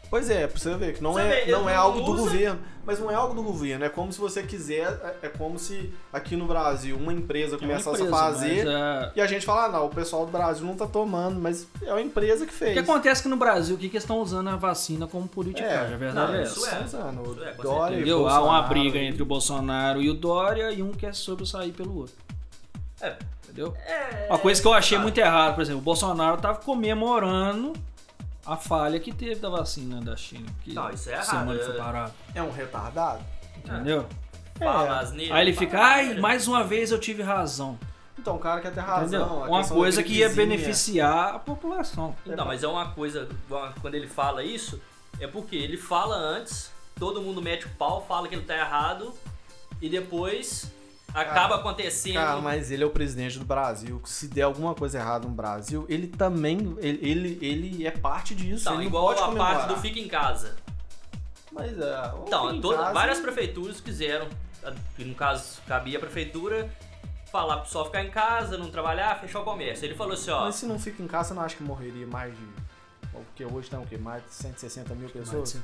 [SPEAKER 2] Pois é, pra você ver que não,
[SPEAKER 3] Você
[SPEAKER 2] é,
[SPEAKER 3] vê,
[SPEAKER 2] não é
[SPEAKER 3] não
[SPEAKER 2] algo do
[SPEAKER 3] usa.
[SPEAKER 2] governo. Mas não é algo do governo. É como se você quiser. é- É como se aqui no Brasil É uma empresa começasse a fazer.
[SPEAKER 1] É mas, ah,
[SPEAKER 2] E a gente fala, ah, não, o pessoal do Brasil não tá tomando, mas é uma empresa que
[SPEAKER 1] O
[SPEAKER 2] fez.
[SPEAKER 1] que acontece é que no Brasil, o que, que eles estão usando a vacina como politicagem?
[SPEAKER 2] É,
[SPEAKER 1] a verdade
[SPEAKER 3] não,
[SPEAKER 1] é
[SPEAKER 3] isso
[SPEAKER 1] essa.
[SPEAKER 3] é.
[SPEAKER 2] Usando, o
[SPEAKER 3] Isso é, com
[SPEAKER 2] Dória e
[SPEAKER 1] Entendeu? Há uma
[SPEAKER 2] Bolsonaro.
[SPEAKER 1] briga entre o Bolsonaro e o Dória e um quer sobressair pelo outro.
[SPEAKER 3] É.
[SPEAKER 1] Entendeu? Uma coisa que eu
[SPEAKER 3] tá.
[SPEAKER 1] achei muito errada, por exemplo, o Bolsonaro tava comemorando a falha que teve da vacina da China. Que
[SPEAKER 3] Não, isso é errado,
[SPEAKER 1] semana
[SPEAKER 3] é-
[SPEAKER 1] foi parada.
[SPEAKER 2] É um retardado?
[SPEAKER 1] Entendeu?
[SPEAKER 2] É.
[SPEAKER 3] Fala, asneira,
[SPEAKER 1] Aí ele
[SPEAKER 3] fala
[SPEAKER 1] fica, ai,
[SPEAKER 3] asneira.
[SPEAKER 1] mais uma vez eu tive razão.
[SPEAKER 2] Então, o cara quer ter
[SPEAKER 1] Entendeu?
[SPEAKER 2] razão. a
[SPEAKER 1] uma
[SPEAKER 2] questão da
[SPEAKER 1] coisa que ia
[SPEAKER 2] gripezinha.
[SPEAKER 1] beneficiar a população.
[SPEAKER 3] Então, mas é uma coisa, uma- quando ele fala isso, é porque ele fala antes, todo mundo mete o pau, fala que ele tá errado, e depois acaba acontecendo.
[SPEAKER 2] Cara, mas ele é o presidente do Brasil. Se der alguma coisa errada no Brasil, ele também. Ele, ele, ele é parte disso.
[SPEAKER 3] Então,
[SPEAKER 2] ele não
[SPEAKER 3] igual
[SPEAKER 2] pode
[SPEAKER 3] a
[SPEAKER 2] comemorar.
[SPEAKER 3] parte do Fica em Casa.
[SPEAKER 2] Mas é. o
[SPEAKER 3] Então,
[SPEAKER 2] fica em
[SPEAKER 3] toda-
[SPEAKER 2] casa, né?
[SPEAKER 3] várias prefeituras quiseram, que no caso cabia a prefeitura, falar pro pessoal ficar em casa, não trabalhar, fechar o comércio. Ele falou assim, ó,
[SPEAKER 2] Mas se não fica em casa, eu não acho que morreria mais de. Porque hoje tem o quê? Mais de 160 mil pessoas?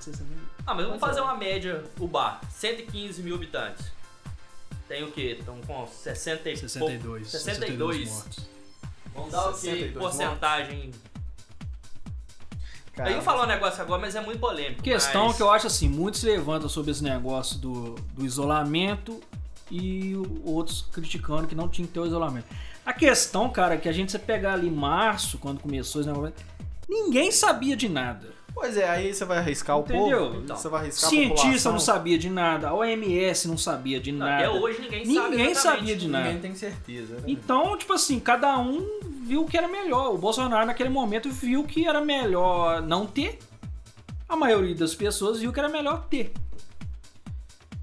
[SPEAKER 3] ah, mas vamos
[SPEAKER 2] Mas
[SPEAKER 3] fazer
[SPEAKER 2] é.
[SPEAKER 3] uma média, o bar, 115 mil habitantes. Tem o quê? Estão com 60 e pouco-
[SPEAKER 1] 62.
[SPEAKER 3] 62.
[SPEAKER 1] mortos.
[SPEAKER 3] Vamos dar o quê?
[SPEAKER 2] 62
[SPEAKER 3] Porcentagem.
[SPEAKER 2] Cara,
[SPEAKER 3] Eu ia falar um negócio agora, mas é muito polêmico.
[SPEAKER 1] Questão
[SPEAKER 3] mas-
[SPEAKER 1] que eu acho assim, muitos se levantam sobre esse negócio do, do isolamento e o- outros criticando que não tinha que ter o isolamento. A questão, cara, é que a gente se pegar ali em março, quando começou esse negócio, ninguém sabia de nada.
[SPEAKER 2] Pois é, aí você vai arriscar
[SPEAKER 1] Entendeu?
[SPEAKER 2] o povo.
[SPEAKER 3] Então,
[SPEAKER 2] você vai arriscar a
[SPEAKER 1] Cientista
[SPEAKER 2] população.
[SPEAKER 1] não sabia de nada, a OMS não sabia de nada.
[SPEAKER 3] Até hoje ninguém, sabe
[SPEAKER 1] Ninguém
[SPEAKER 3] exatamente.
[SPEAKER 1] sabia de nada.
[SPEAKER 2] Ninguém tem certeza, né?
[SPEAKER 1] Então, tipo assim, cada um viu que era melhor. O Bolsonaro, naquele momento, viu que era melhor não ter. A maioria das pessoas viu que era melhor ter.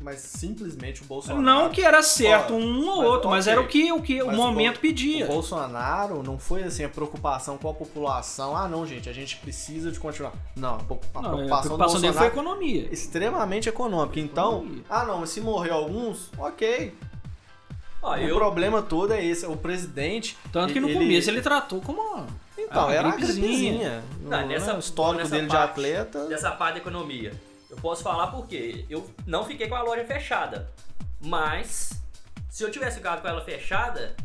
[SPEAKER 2] Mas simplesmente o Bolsonaro.
[SPEAKER 1] Não que era certo um ou
[SPEAKER 2] mas
[SPEAKER 1] outro, mas
[SPEAKER 2] ok.
[SPEAKER 1] era o que o, que o
[SPEAKER 2] Mas o
[SPEAKER 1] momento
[SPEAKER 2] Bol- O
[SPEAKER 1] pedia.
[SPEAKER 2] Bolsonaro não foi assim a preocupação com a população. Ah, não, gente, a gente precisa de continuar. Não, a po- a
[SPEAKER 1] Não, é, a
[SPEAKER 2] preocupação,
[SPEAKER 1] preocupação
[SPEAKER 2] do
[SPEAKER 1] dele foi a
[SPEAKER 2] Bolsonaro
[SPEAKER 1] economia.
[SPEAKER 2] é extremamente econômica. Então,
[SPEAKER 1] Economia.
[SPEAKER 2] ah, não, mas se morrer alguns, ok.
[SPEAKER 3] Ó,
[SPEAKER 2] O
[SPEAKER 3] eu,
[SPEAKER 2] problema todo é esse. O presidente.
[SPEAKER 1] Ah, Tanto que no começo ele tratou como uma.
[SPEAKER 2] Então,
[SPEAKER 1] uma
[SPEAKER 2] era a
[SPEAKER 1] gripezinha.
[SPEAKER 2] gripezinha.
[SPEAKER 3] Não,
[SPEAKER 2] Não,
[SPEAKER 3] nessa-
[SPEAKER 2] né? O histórico
[SPEAKER 3] nessa
[SPEAKER 2] dele
[SPEAKER 3] parte-
[SPEAKER 2] de atleta.
[SPEAKER 1] né,
[SPEAKER 3] dessa parte da economia. Eu posso falar porque eu não fiquei com a loja fechada. Mas, se eu tivesse ficado com ela fechada,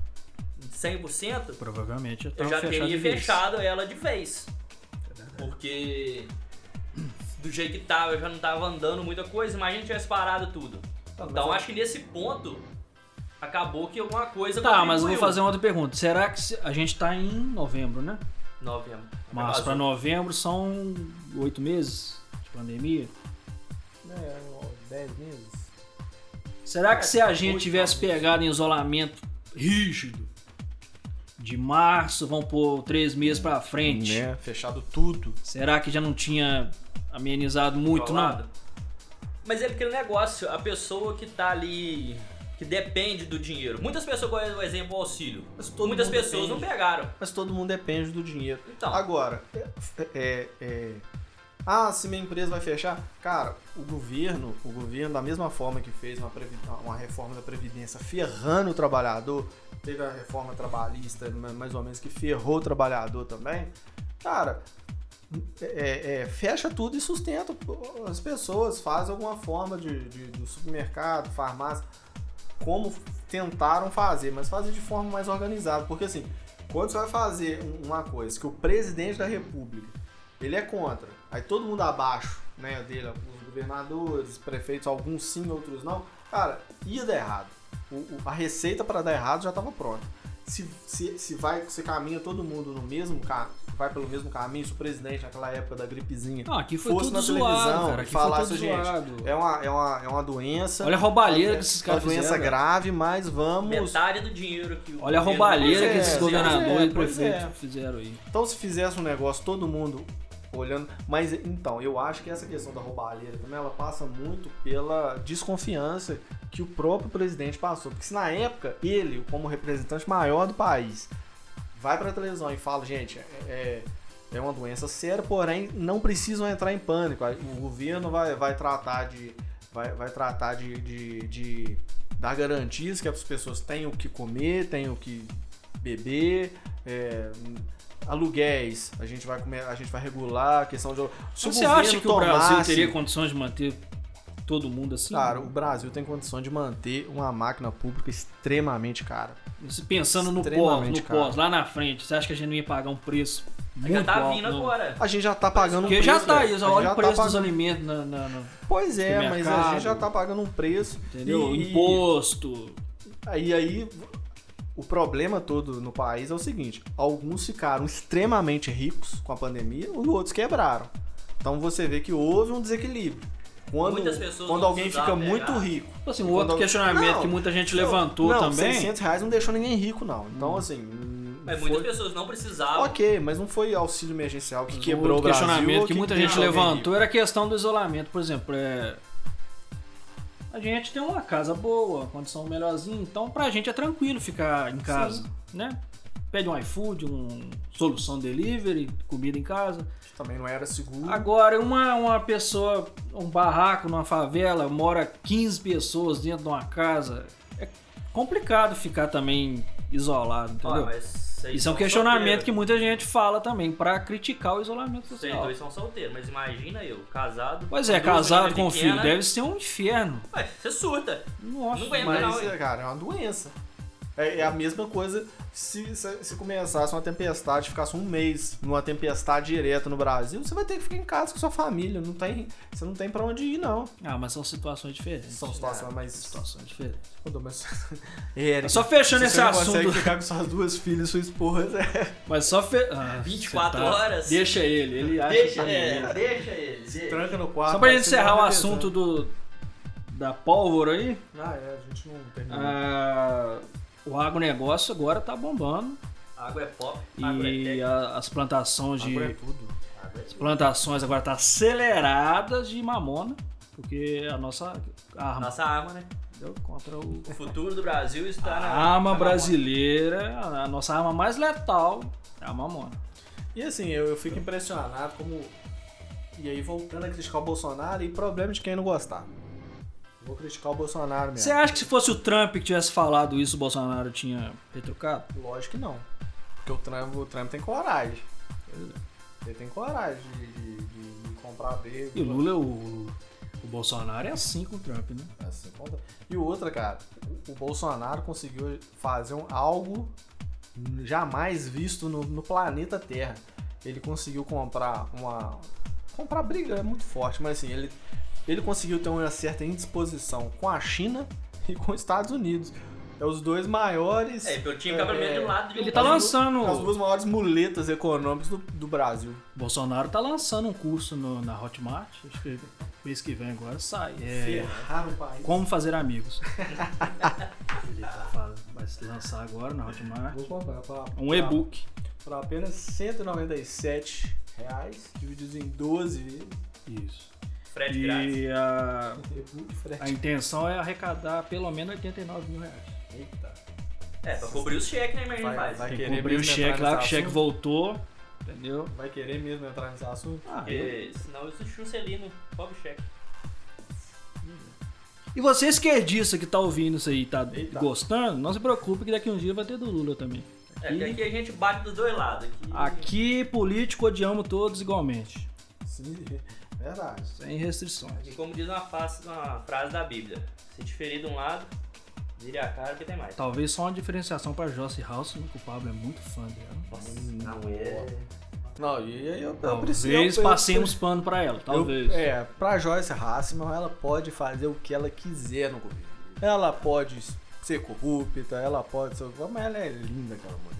[SPEAKER 3] 100%,
[SPEAKER 1] Provavelmente
[SPEAKER 3] eu
[SPEAKER 2] então,
[SPEAKER 1] tava
[SPEAKER 3] já
[SPEAKER 1] fechado
[SPEAKER 3] teria
[SPEAKER 1] de vez. É
[SPEAKER 3] fechado ela de vez. Porque, do jeito que tava, eu já não tava andando muita coisa, imagina se tivesse parado tudo.
[SPEAKER 2] Tá, mas
[SPEAKER 3] Então,
[SPEAKER 2] é-
[SPEAKER 3] acho que nesse ponto, acabou que alguma coisa
[SPEAKER 1] Tá, mas eu vou
[SPEAKER 3] contribuiu.
[SPEAKER 1] fazer uma outra pergunta. Será que se- a gente tá em novembro, né?
[SPEAKER 3] Novembro.
[SPEAKER 1] Março pra novembro são oito meses de pandemia.
[SPEAKER 2] É, ó, 10 meses.
[SPEAKER 1] Será que se a gente
[SPEAKER 3] É, oito
[SPEAKER 1] tivesse
[SPEAKER 3] meses.
[SPEAKER 1] pegado em isolamento rígido de março, vão pôr três meses pra frente,
[SPEAKER 2] É. Né? Fechado tudo.
[SPEAKER 1] será que já não tinha amenizado muito, não?
[SPEAKER 3] Isolado. Mas é aquele negócio, a pessoa que tá ali, que depende do dinheiro. Muitas pessoas, por exemplo, o auxílio.
[SPEAKER 2] Mas todo
[SPEAKER 3] Muitas
[SPEAKER 2] mundo
[SPEAKER 3] pessoas
[SPEAKER 2] depende.
[SPEAKER 3] não pegaram.
[SPEAKER 2] Mas todo mundo depende do dinheiro.
[SPEAKER 3] Então.
[SPEAKER 2] Agora, é, é- é- ah, se minha empresa vai fechar, cara, o governo, o governo da mesma forma que fez uma, previ- uma reforma da previdência ferrando o trabalhador, teve a reforma trabalhista ma- mais ou menos que ferrou o trabalhador também, cara. é- é, fecha tudo e sustenta as pessoas, faz alguma forma de, de- do supermercado, farmácia, como tentaram fazer, mas fazer de forma mais organizada. Porque assim, quando você vai fazer um- uma coisa que o presidente da república ele é contra, aí todo mundo abaixo né, dele, os governadores, prefeitos, alguns sim, outros não, cara, ia dar errado. O- o- a receita para dar errado já estava pronta. Se, se, se vai, se caminha todo mundo no mesmo ca- vai pelo mesmo caminho, se o presidente naquela época da gripezinha
[SPEAKER 1] Não, aqui foi
[SPEAKER 2] fosse
[SPEAKER 1] tudo
[SPEAKER 2] na
[SPEAKER 1] zoado,
[SPEAKER 2] televisão
[SPEAKER 1] cara.
[SPEAKER 2] e
[SPEAKER 1] Aqui
[SPEAKER 2] falasse,
[SPEAKER 1] foi tudo
[SPEAKER 2] gente,
[SPEAKER 1] zoado.
[SPEAKER 2] é uma, é uma, é uma doença. é
[SPEAKER 1] Olha a roubalheira que esses caras
[SPEAKER 2] Uma doença
[SPEAKER 1] fizeram. né?
[SPEAKER 2] grave, mas vamos.
[SPEAKER 3] Metade do dinheiro que o
[SPEAKER 1] Olha a
[SPEAKER 3] governo-
[SPEAKER 1] roubalheira
[SPEAKER 2] Pois
[SPEAKER 1] que
[SPEAKER 2] é,
[SPEAKER 1] esses
[SPEAKER 2] pois é,
[SPEAKER 1] governadores e
[SPEAKER 2] pois é.
[SPEAKER 1] prefeitos fizeram aí.
[SPEAKER 2] Então, se fizesse um negócio, todo mundo olhando. Mas então, eu acho que essa questão da roubalheira também ela passa muito pela desconfiança que o próprio presidente passou. Porque se na época ele, como representante maior do país, vai pra televisão e fala, gente, é. é uma doença séria, porém não precisam entrar em pânico. Aí O governo vai, vai tratar de vai, vai tratar de, de, de dar garantias que as pessoas têm o que comer, têm o que beber, é, aluguéis, a gente vai comer, a gente vai regular a questão de. Se o
[SPEAKER 1] Você
[SPEAKER 2] governo
[SPEAKER 1] acha que o
[SPEAKER 2] tomasse-
[SPEAKER 1] Brasil teria condições de manter todo mundo assim?
[SPEAKER 2] Cara, o Brasil tem condição de manter uma máquina pública extremamente cara.
[SPEAKER 1] Se Pensando no pós,
[SPEAKER 2] Extremamente
[SPEAKER 1] no pós, lá na frente, você acha que a gente não ia pagar um preço
[SPEAKER 3] Já
[SPEAKER 1] muito
[SPEAKER 3] tá
[SPEAKER 1] alto,
[SPEAKER 3] vindo
[SPEAKER 1] não?
[SPEAKER 3] agora.
[SPEAKER 2] A gente já tá pagando um
[SPEAKER 1] Porque já
[SPEAKER 2] preço.
[SPEAKER 1] tá
[SPEAKER 2] velho.
[SPEAKER 1] aí,
[SPEAKER 2] A gente
[SPEAKER 1] olha o
[SPEAKER 2] já tá
[SPEAKER 1] preço dos
[SPEAKER 2] pagando-
[SPEAKER 1] alimentos, na, na- na-
[SPEAKER 2] Pois é, mas a
[SPEAKER 1] mercado.
[SPEAKER 2] gente já tá pagando um preço.
[SPEAKER 1] entendeu?
[SPEAKER 2] E-
[SPEAKER 1] Imposto.
[SPEAKER 2] Aí, aí, o problema todo no país é o seguinte: alguns ficaram extremamente ricos com a pandemia, os outros quebraram. Então você vê que houve um desequilíbrio. Quando,
[SPEAKER 3] Muitas pessoas
[SPEAKER 2] quando
[SPEAKER 3] vão
[SPEAKER 2] alguém
[SPEAKER 3] precisar
[SPEAKER 2] fica
[SPEAKER 3] pegar.
[SPEAKER 2] muito rico.
[SPEAKER 1] Assim, um
[SPEAKER 2] Quando
[SPEAKER 1] outro
[SPEAKER 2] alguém-
[SPEAKER 1] questionamento
[SPEAKER 2] Não,
[SPEAKER 1] que muita gente levantou
[SPEAKER 2] não,
[SPEAKER 1] também. Hum. É
[SPEAKER 2] 600 reais não deixou ninguém rico, não. Então, assim. não
[SPEAKER 3] Mas
[SPEAKER 2] foi-
[SPEAKER 3] É muitas pessoas não precisavam.
[SPEAKER 2] Ok, mas não foi auxílio emergencial que
[SPEAKER 1] Um
[SPEAKER 2] quebrou
[SPEAKER 1] outro
[SPEAKER 2] o Brasil.
[SPEAKER 1] questionamento
[SPEAKER 2] ou
[SPEAKER 1] que muita
[SPEAKER 2] deixou
[SPEAKER 1] gente
[SPEAKER 2] alguém
[SPEAKER 1] levantou
[SPEAKER 2] rico.
[SPEAKER 1] era a questão do isolamento. Por exemplo, é... a gente tem uma casa boa, uma condição melhorzinha, então pra gente é tranquilo ficar em casa, né? Pede um iFood, um solução delivery, comida em casa.
[SPEAKER 2] Também não era seguro.
[SPEAKER 1] Agora, uma, uma pessoa, um barraco numa favela, mora 15 pessoas dentro de uma casa, é complicado ficar também isolado,
[SPEAKER 3] Ó,
[SPEAKER 2] Ah,
[SPEAKER 1] entendeu?
[SPEAKER 3] mas vocês
[SPEAKER 1] Isso é um
[SPEAKER 3] são
[SPEAKER 1] questionamento
[SPEAKER 3] solteiros.
[SPEAKER 1] que muita gente fala também, pra criticar o isolamento
[SPEAKER 2] então
[SPEAKER 3] Vocês
[SPEAKER 1] social.
[SPEAKER 3] dois então são solteiros, mas imagina eu, casado.
[SPEAKER 1] Pois é,
[SPEAKER 3] com duas
[SPEAKER 1] casado com
[SPEAKER 3] meninas
[SPEAKER 1] filho,
[SPEAKER 3] pequenas.
[SPEAKER 1] deve ser um inferno.
[SPEAKER 3] Ué, você surta.
[SPEAKER 1] Nossa,
[SPEAKER 3] Não vai
[SPEAKER 1] mas-
[SPEAKER 3] entrar na
[SPEAKER 2] Mas,
[SPEAKER 3] Não, é-
[SPEAKER 2] cara, é uma doença. É, é a mesma coisa se, se, se começasse uma tempestade, ficasse um mês numa tempestade direta no Brasil, você vai ter que ficar em casa com sua família. Não tem, você não tem pra onde ir, não.
[SPEAKER 1] Ah, mas são situações diferentes.
[SPEAKER 2] São situações mais.
[SPEAKER 1] situações diferentes.
[SPEAKER 2] Pô, mas- É,
[SPEAKER 1] É, Só fechando
[SPEAKER 2] se
[SPEAKER 1] esse
[SPEAKER 2] você não
[SPEAKER 1] assunto.
[SPEAKER 2] consegue ficar com suas duas filhas e sua esposa. É
[SPEAKER 1] Mas só fe... ah,
[SPEAKER 3] 24
[SPEAKER 1] você tá-
[SPEAKER 3] horas?
[SPEAKER 1] Deixa ele, ele acha
[SPEAKER 3] Deixa,
[SPEAKER 1] que- tá
[SPEAKER 3] é, deixa ele. deixa.
[SPEAKER 2] tranca no quarto.
[SPEAKER 1] Só pra
[SPEAKER 2] aí
[SPEAKER 1] gente
[SPEAKER 2] você tá
[SPEAKER 1] encerrar o
[SPEAKER 2] vai
[SPEAKER 1] assunto do da pólvora aí,
[SPEAKER 2] pensando. Ah, é, a gente não terminou.
[SPEAKER 1] ah, o agronegócio agora tá bombando
[SPEAKER 3] Água é pop, água é
[SPEAKER 1] e
[SPEAKER 3] tech,
[SPEAKER 1] a- as plantações de
[SPEAKER 2] Agora é tudo.
[SPEAKER 3] água é
[SPEAKER 1] As
[SPEAKER 3] tudo.
[SPEAKER 1] plantações agora tá aceleradas de mamona, porque a nossa arma
[SPEAKER 3] Nossa arma, né?
[SPEAKER 1] deu contra o
[SPEAKER 3] O futuro do Brasil está na.
[SPEAKER 1] A Ah, arma
[SPEAKER 3] na
[SPEAKER 1] brasileira, a nossa arma mais letal é a mamona.
[SPEAKER 2] E assim, eu, eu fico impressionado como. E aí, voltando a criticar o Bolsonaro, e problema de quem não gostar. Vou criticar o Bolsonaro mesmo.
[SPEAKER 1] Você acha que se fosse o Trump que tivesse falado isso, o Bolsonaro tinha retrucado?
[SPEAKER 2] Lógico que não. Porque o Trump, o Trump tem coragem. Ele tem coragem de, de- de- de comprar briga.
[SPEAKER 1] E o Lula, o, o Bolsonaro é assim com o Trump, né?
[SPEAKER 2] Assim, conta. E outra, cara, o, o Bolsonaro conseguiu fazer um- algo jamais visto no, no planeta Terra. Ele conseguiu comprar uma. Comprar briga é muito forte, mas assim, ele, ele conseguiu ter uma certa indisposição com a China e com os Estados Unidos. É os dois maiores. é
[SPEAKER 3] É, eu tinha cabelo de um lado de um
[SPEAKER 1] Ele tá
[SPEAKER 3] lado.
[SPEAKER 1] lançando.
[SPEAKER 2] As
[SPEAKER 1] O
[SPEAKER 2] duas maiores muletas econômicas do, do Brasil.
[SPEAKER 1] Bolsonaro tá lançando um curso no- na Hotmart, acho que mês que vem agora sai. É,
[SPEAKER 2] Ferraram o país.
[SPEAKER 1] como fazer amigos. Ele tá falando, vai se lançar agora na Hotmart.
[SPEAKER 2] Vou comprar pra-
[SPEAKER 1] Um e-book.
[SPEAKER 2] Por apenas 197 reais, divididos em 12 vezes.
[SPEAKER 1] Isso. É
[SPEAKER 3] Fred grátis.
[SPEAKER 1] E a,
[SPEAKER 2] Reboot frete.
[SPEAKER 1] a intenção é arrecadar pelo menos 89 mil reais.
[SPEAKER 2] Eita.
[SPEAKER 3] É, pra cobrir os cheques, né, imagina
[SPEAKER 2] Vai-
[SPEAKER 3] faz.
[SPEAKER 2] vai.
[SPEAKER 1] Tem que
[SPEAKER 2] querer
[SPEAKER 1] cobrir o
[SPEAKER 2] mesmo
[SPEAKER 1] cheque
[SPEAKER 2] entrar
[SPEAKER 1] lá,
[SPEAKER 2] nesse
[SPEAKER 1] que o cheque
[SPEAKER 2] assunto?
[SPEAKER 1] voltou, entendeu? É.
[SPEAKER 2] Vai querer mesmo entrar nesse assunto?
[SPEAKER 1] Ah,
[SPEAKER 3] Porque senão isso chancelina, pobre cheque.
[SPEAKER 1] E você esquerdista que tá ouvindo isso aí e tá
[SPEAKER 2] Eita.
[SPEAKER 1] gostando, não se preocupe que daqui um dia vai ter do Lula também.
[SPEAKER 3] É, porque aqui a gente bate dos dois lados. Aqui,
[SPEAKER 1] Aqui, político, odiamos todos igualmente,
[SPEAKER 2] Sim, verdade.
[SPEAKER 1] sem restrições.
[SPEAKER 3] E como diz uma, face- uma frase da Bíblia, se diferir de um lado, vire a cara que tem mais.
[SPEAKER 1] Talvez só uma diferenciação pra Joss House, que o Pablo é muito fã dela.
[SPEAKER 3] Nossa,
[SPEAKER 2] Hum,
[SPEAKER 3] não é.
[SPEAKER 2] Não, e aí eu, eu
[SPEAKER 1] Talvez
[SPEAKER 2] preciso- eu-
[SPEAKER 1] passemos pano pra ela,
[SPEAKER 2] eu-
[SPEAKER 1] talvez.
[SPEAKER 2] é, pra Joyce Hassman, ela pode fazer o que ela quiser no governo. Ela pode ser corrupta, ela pode ser. Mas ela é linda, aquela mulher.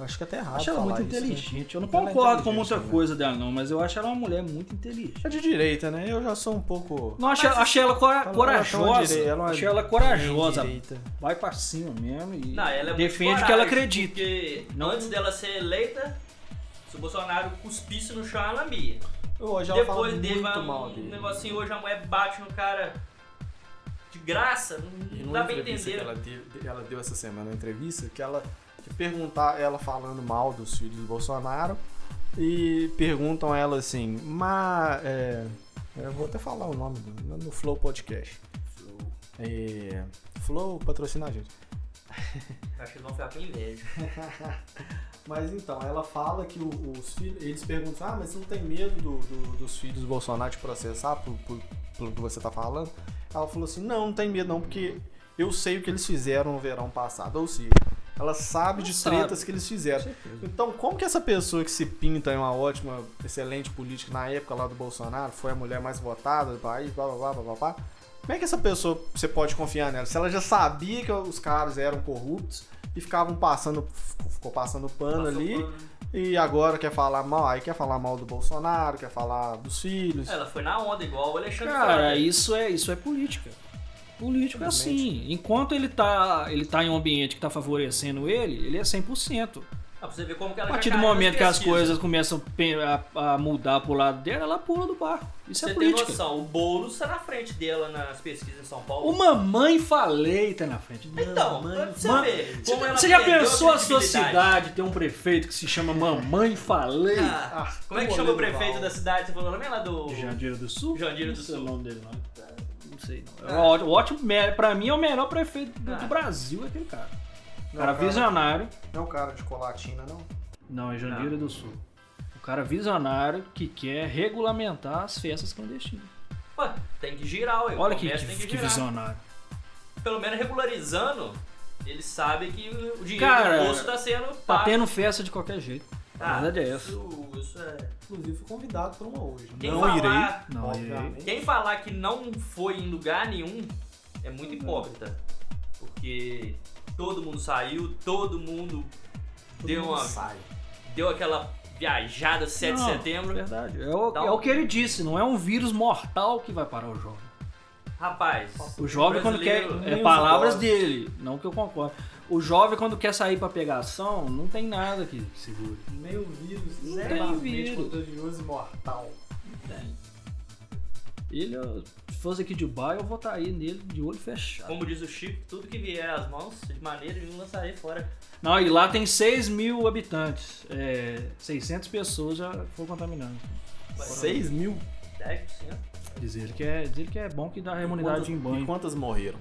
[SPEAKER 2] Acho que é até errado.
[SPEAKER 1] Acho ela
[SPEAKER 2] falar
[SPEAKER 1] muito
[SPEAKER 2] isso, né?
[SPEAKER 1] inteligente. né? Eu não
[SPEAKER 2] Ela é
[SPEAKER 1] concordo com
[SPEAKER 2] inteligente
[SPEAKER 1] muita
[SPEAKER 2] também.
[SPEAKER 1] coisa dela, não, mas eu acho ela uma mulher muito inteligente.
[SPEAKER 2] É de direita, né? Eu já sou um pouco.
[SPEAKER 1] Não, achei, achei ela cora-
[SPEAKER 2] Ela- ela achou uma
[SPEAKER 1] corajosa.
[SPEAKER 2] direi- ela é uma
[SPEAKER 1] achei ela corajosa.
[SPEAKER 2] bem direita.
[SPEAKER 1] Vai pra cima mesmo e
[SPEAKER 3] Não, ela é muito
[SPEAKER 1] defende o
[SPEAKER 3] coragem,
[SPEAKER 1] que ela acredita.
[SPEAKER 3] Porque antes dela ser eleita, se o Bolsonaro cuspisse no chão, ela mia.
[SPEAKER 2] Eu hoje Então, ela fala
[SPEAKER 3] Depois dele,
[SPEAKER 2] muito
[SPEAKER 3] vai
[SPEAKER 2] mal
[SPEAKER 3] um
[SPEAKER 2] dele.
[SPEAKER 3] negocinho hoje, a mulher bate no cara de graça, não,
[SPEAKER 2] E
[SPEAKER 3] não
[SPEAKER 2] numa
[SPEAKER 3] dá pra
[SPEAKER 2] entrevista
[SPEAKER 3] entender.
[SPEAKER 2] que ela deu, ela deu essa semana, uma entrevista, que ela que perguntar ela falando mal dos filhos do Bolsonaro e perguntam a ela assim, mas Eu vou até falar o nome do- no- no Flow Podcast. É, Flow patrocina a gente.
[SPEAKER 3] Acho que eles vão ficar com inveja.
[SPEAKER 2] Mas então, ela fala que o- os filhos. Eles perguntam, ah, mas você não tem medo do- do- dos filhos do Bolsonaro te processar por, por- pelo que você tá falando? Ela falou assim, não, não tem medo não, porque eu sei o que eles fizeram no verão passado. Ou seja, ela sabe
[SPEAKER 1] Ela
[SPEAKER 2] de
[SPEAKER 1] sabe.
[SPEAKER 2] tretas que eles fizeram.
[SPEAKER 3] é
[SPEAKER 2] Então, como que essa pessoa que se pinta em uma ótima, excelente política na época lá do Bolsonaro, foi a mulher mais votada do país, blá blá blá blá blá, blá como é que essa pessoa você pode confiar nela? Se ela já sabia que os caras eram corruptos e ficavam passando, ficou passando pano
[SPEAKER 3] Passou
[SPEAKER 2] ali,
[SPEAKER 3] pano.
[SPEAKER 2] e agora quer falar mal, aí quer falar mal do Bolsonaro, quer falar dos filhos.
[SPEAKER 3] Ela foi na onda, igual o Alexandre
[SPEAKER 1] Cara,
[SPEAKER 3] Frota.
[SPEAKER 1] isso é, isso é política. Político é
[SPEAKER 2] Simplesmente.
[SPEAKER 1] assim. Enquanto ele tá, ele tá em um ambiente que tá favorecendo ele, ele é 100%.
[SPEAKER 3] Ah, pra você ver como que
[SPEAKER 1] A
[SPEAKER 3] ela já
[SPEAKER 1] partir do
[SPEAKER 3] caiu nas
[SPEAKER 1] momento que as
[SPEAKER 3] pesquisas.
[SPEAKER 1] coisas começam pe- a, a mudar pro lado dela, ela pula do barco. Isso
[SPEAKER 3] Você
[SPEAKER 1] é
[SPEAKER 3] tem
[SPEAKER 1] política.
[SPEAKER 3] noção, o Boulos tá na frente dela nas pesquisas em São Paulo.
[SPEAKER 1] Uma mãe falei tá na frente.
[SPEAKER 3] Então,
[SPEAKER 1] Mamãe
[SPEAKER 3] pra você
[SPEAKER 1] Ma-
[SPEAKER 3] ver.
[SPEAKER 1] Você,
[SPEAKER 3] como ela
[SPEAKER 1] você já
[SPEAKER 3] perdeu
[SPEAKER 1] pensou a sua
[SPEAKER 3] credibilidade?
[SPEAKER 1] cidade ter um prefeito que se chama Mamãe Falei?
[SPEAKER 3] Ah,
[SPEAKER 2] Ah,
[SPEAKER 3] como é que
[SPEAKER 2] o
[SPEAKER 3] chama o
[SPEAKER 2] goleiro
[SPEAKER 3] prefeito
[SPEAKER 2] Val.
[SPEAKER 3] da cidade? Você falou também lá do.
[SPEAKER 1] De Jandira do Sul?
[SPEAKER 3] Jandira
[SPEAKER 1] Não
[SPEAKER 3] do
[SPEAKER 1] sei
[SPEAKER 3] Sul.
[SPEAKER 1] o nome dele, não. Tá, Não sei, não. É um
[SPEAKER 3] Ah.
[SPEAKER 1] ótimo, ótimo, me- pra mim é o melhor prefeito do,
[SPEAKER 3] Ah.
[SPEAKER 1] do Brasil, aquele cara.
[SPEAKER 2] Não,
[SPEAKER 1] cara
[SPEAKER 2] cara.
[SPEAKER 1] visionário.
[SPEAKER 2] Não é o cara de colatina, não.
[SPEAKER 1] Não, é Jandira do Sul. O cara visionário que quer regulamentar as festas clandestinas.
[SPEAKER 3] Ué, tem que girar, ué. o
[SPEAKER 1] Olha que,
[SPEAKER 3] comércio
[SPEAKER 1] que,
[SPEAKER 3] tem que,
[SPEAKER 1] que
[SPEAKER 3] girar.
[SPEAKER 1] visionário.
[SPEAKER 3] Pelo menos regularizando, eles sabem que o dinheiro
[SPEAKER 1] Cara,
[SPEAKER 3] do bolso tá sendo pago.
[SPEAKER 1] Tá tendo festa de qualquer jeito.
[SPEAKER 3] Ah,
[SPEAKER 1] A verdade é essa.
[SPEAKER 3] Isso, isso é.
[SPEAKER 2] Inclusive, fui convidado pra uma hoje. né?
[SPEAKER 3] Quem
[SPEAKER 2] não
[SPEAKER 3] falar-
[SPEAKER 2] irei.
[SPEAKER 1] Não
[SPEAKER 2] obviamente.
[SPEAKER 3] Quem falar que não foi em lugar nenhum é
[SPEAKER 1] Uhum.
[SPEAKER 3] muito hipócrita. Porque todo mundo saiu, todo mundo
[SPEAKER 2] Todo
[SPEAKER 3] deu
[SPEAKER 2] mundo
[SPEAKER 3] uma.
[SPEAKER 2] sai.
[SPEAKER 3] Deu aquela viajada 7 de
[SPEAKER 1] Não, É
[SPEAKER 3] setembro.
[SPEAKER 1] verdade. É o,
[SPEAKER 3] Dá um-
[SPEAKER 1] é o que ele disse, não é um vírus mortal que vai parar o jovem.
[SPEAKER 3] Rapaz,
[SPEAKER 1] O jovem quando quer.
[SPEAKER 3] brasileiro-
[SPEAKER 1] É
[SPEAKER 2] nem
[SPEAKER 1] palavras
[SPEAKER 2] os
[SPEAKER 1] dele, não que eu concordo. O jovem quando quer sair pra pegação, não tem nada que segure.
[SPEAKER 2] Meio vírus,
[SPEAKER 1] Não
[SPEAKER 2] extremamente
[SPEAKER 1] tem vírus.
[SPEAKER 2] contagioso e mortal.
[SPEAKER 1] Ele, ó, se fosse aqui de bairro, eu vou estar aí nele de olho fechado.
[SPEAKER 3] Como diz o Chico, tudo que vier às mãos, de maneira nenhuma lançarei fora.
[SPEAKER 1] Não, e lá tem 6 mil habitantes. É, 600 pessoas já foram contaminadas.
[SPEAKER 2] 6 mil?
[SPEAKER 3] 10%.
[SPEAKER 1] Diz ele que é, diz ele que é bom que dá a imunidade
[SPEAKER 2] E
[SPEAKER 1] em
[SPEAKER 2] quantas- E
[SPEAKER 1] banho.
[SPEAKER 2] quantas morreram?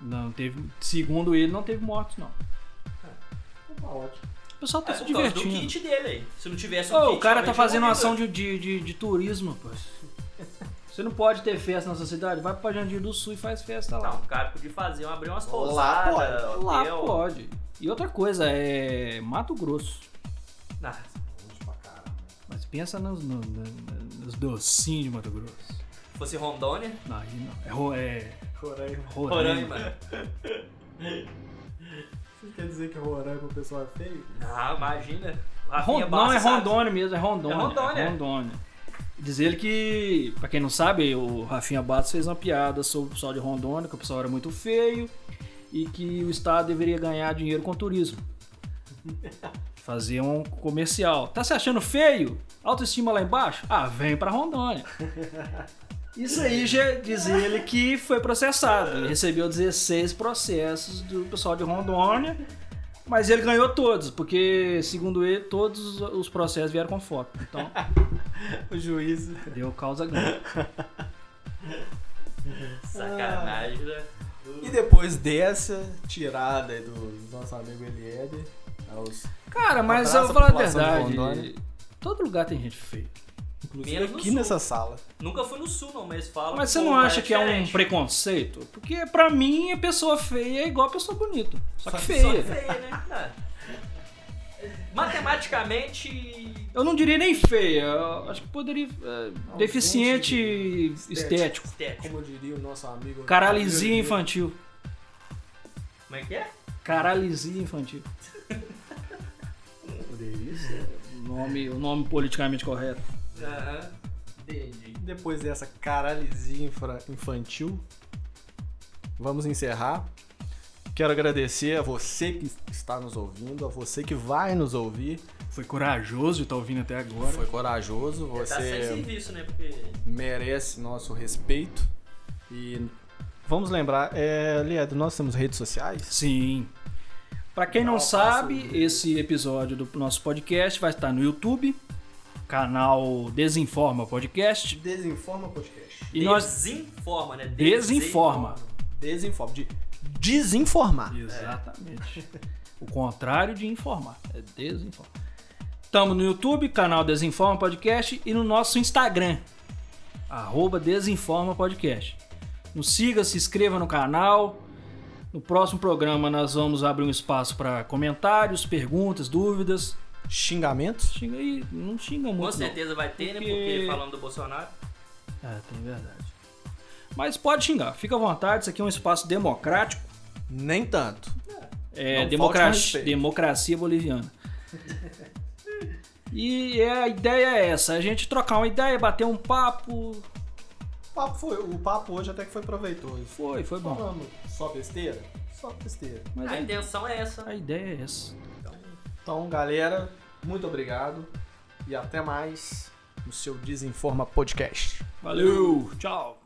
[SPEAKER 1] Não, teve. Segundo ele, não teve mortos, não.
[SPEAKER 2] Tá ótimo.
[SPEAKER 1] O pessoal tá
[SPEAKER 3] É,
[SPEAKER 1] se
[SPEAKER 3] por causa do
[SPEAKER 1] divertindo.
[SPEAKER 3] kit dele aí. Se não tivesse um
[SPEAKER 1] Ô,
[SPEAKER 3] kit,
[SPEAKER 1] o cara tá
[SPEAKER 3] realmente
[SPEAKER 1] fazendo
[SPEAKER 3] eu
[SPEAKER 1] ação
[SPEAKER 3] morria.
[SPEAKER 1] de, de, de, de turismo, pô. Você não pode ter festa nessa cidade? Vai pra Jandir do Sul e faz festa lá.
[SPEAKER 3] Não, o cara podia fazer, abrir umas
[SPEAKER 2] Lá
[SPEAKER 3] pousadas,
[SPEAKER 2] pode.
[SPEAKER 3] hotel.
[SPEAKER 1] lá pode. E outra coisa, é Mato Grosso.
[SPEAKER 3] Ah,
[SPEAKER 2] Longe pra caramba.
[SPEAKER 1] Mas pensa nos, no- no- nos docinhos de Mato Grosso.
[SPEAKER 3] se fosse Rondônia,
[SPEAKER 1] Não, aí não. É, Ro- é
[SPEAKER 2] Roraima.
[SPEAKER 1] Roraima.
[SPEAKER 3] Roraima.
[SPEAKER 2] Você quer dizer que Roraima o pessoal é feio?
[SPEAKER 3] Ah, imagina. O
[SPEAKER 1] Ron-
[SPEAKER 3] Rafinha
[SPEAKER 1] não, é
[SPEAKER 3] Bastos, sabe?
[SPEAKER 1] Rondônia mesmo, é Rondônia.
[SPEAKER 3] É Rondônia.
[SPEAKER 1] é Rondônia. Diz ele que, pra quem não sabe, o Rafinha Bastos fez uma piada sobre o pessoal de Rondônia, que o pessoal era muito feio e que o Estado deveria ganhar dinheiro com turismo. Fazer um comercial. Tá se achando feio? Autoestima lá embaixo? Ah, vem pra Rondônia. Isso aí já diz ele que foi processado. Ele recebeu 16 processos do pessoal de Rondônia. Mas ele ganhou todos, porque, segundo ele, todos os processos vieram com foto. Então,
[SPEAKER 2] O juiz.
[SPEAKER 1] deu causa ganha.
[SPEAKER 3] Sacanagem, né?
[SPEAKER 2] E depois dessa tirada aí do do nosso amigo Eliéder, aos-
[SPEAKER 1] Cara, mas
[SPEAKER 2] abraço
[SPEAKER 1] eu vou falar a
[SPEAKER 2] à população de
[SPEAKER 1] verdade.
[SPEAKER 2] Rondônia.
[SPEAKER 1] Todo lugar tem gente feia.
[SPEAKER 2] inclusive
[SPEAKER 3] Menos no
[SPEAKER 1] um.
[SPEAKER 2] aqui
[SPEAKER 3] sul.
[SPEAKER 2] nessa sala.
[SPEAKER 3] Nunca fui no sul, não, mas falam.
[SPEAKER 1] Mas
[SPEAKER 3] que
[SPEAKER 1] você
[SPEAKER 3] o
[SPEAKER 1] não
[SPEAKER 3] lugar
[SPEAKER 1] acha que é um
[SPEAKER 3] diferente.
[SPEAKER 1] preconceito? Porque pra mim a pessoa feia é igual a pessoa bonita. Só que
[SPEAKER 3] Só que
[SPEAKER 1] feia.
[SPEAKER 3] feia, né? Ah. Matematicamente.
[SPEAKER 1] Eu não diria nem feia. eu acho que poderia. é, deficiente estético.
[SPEAKER 3] Estético.
[SPEAKER 2] Como diria o nosso amigo.
[SPEAKER 1] Caralisia
[SPEAKER 2] Rodrigo,
[SPEAKER 1] infantil.
[SPEAKER 3] Como é que é?
[SPEAKER 1] Caralisia infantil. Poderia ser. O nome, o nome politicamente correto.
[SPEAKER 3] Aham. Entendi.
[SPEAKER 2] Depois dessa caralisia infra- infantil, vamos encerrar. Quero agradecer a você que está nos ouvindo, a você que vai nos ouvir.
[SPEAKER 1] Foi corajoso de estar ouvindo até agora.
[SPEAKER 2] Foi corajoso,
[SPEAKER 3] Tá sem
[SPEAKER 2] você
[SPEAKER 3] serviço, né? Porque.
[SPEAKER 2] merece nosso respeito. E vamos lembrar, é, Liedro, nós temos redes sociais?
[SPEAKER 1] Sim. Pra quem não
[SPEAKER 2] Não, faço
[SPEAKER 1] sabe,
[SPEAKER 2] isso.
[SPEAKER 1] esse episódio do nosso podcast vai estar no YouTube, canal Desinforma Podcast.
[SPEAKER 2] Desinforma podcast.
[SPEAKER 1] E nós.
[SPEAKER 3] Desinforma, né?
[SPEAKER 1] Desinforma.
[SPEAKER 2] Desinforma. De desinformar.
[SPEAKER 1] Exatamente. O contrário de informar. É desinformar. Tamo no YouTube, canal Desinforma Podcast, e no nosso Instagram, arroba Desinforma Podcast. Nos siga, se inscreva no canal. No próximo programa nós vamos abrir um espaço para comentários, perguntas, dúvidas.
[SPEAKER 2] Xingamentos?
[SPEAKER 1] Xinga aí, não xinga muito.
[SPEAKER 3] Com
[SPEAKER 1] não.
[SPEAKER 3] certeza vai ter, né?
[SPEAKER 1] Porque-
[SPEAKER 3] Porque falando do Bolsonaro.
[SPEAKER 1] É, tem verdade. Mas pode xingar, fica à vontade, isso aqui é um espaço democrático.
[SPEAKER 2] Nem tanto. Não
[SPEAKER 1] É,
[SPEAKER 2] falte
[SPEAKER 1] democra-
[SPEAKER 2] com respeito.
[SPEAKER 1] democracia boliviana. e é, a ideia é essa, a gente trocar uma ideia, bater um papo.
[SPEAKER 2] O papo, foi, o papo hoje até que foi proveitoso.
[SPEAKER 1] Foi, foi bom.
[SPEAKER 2] Falamos só besteira? Só besteira.
[SPEAKER 1] Mas
[SPEAKER 3] A
[SPEAKER 1] a,
[SPEAKER 3] intenção é essa.
[SPEAKER 1] a ideia é essa.
[SPEAKER 2] Então, galera, muito obrigado e até mais no seu Desinforma Podcast.
[SPEAKER 1] Valeu, tchau.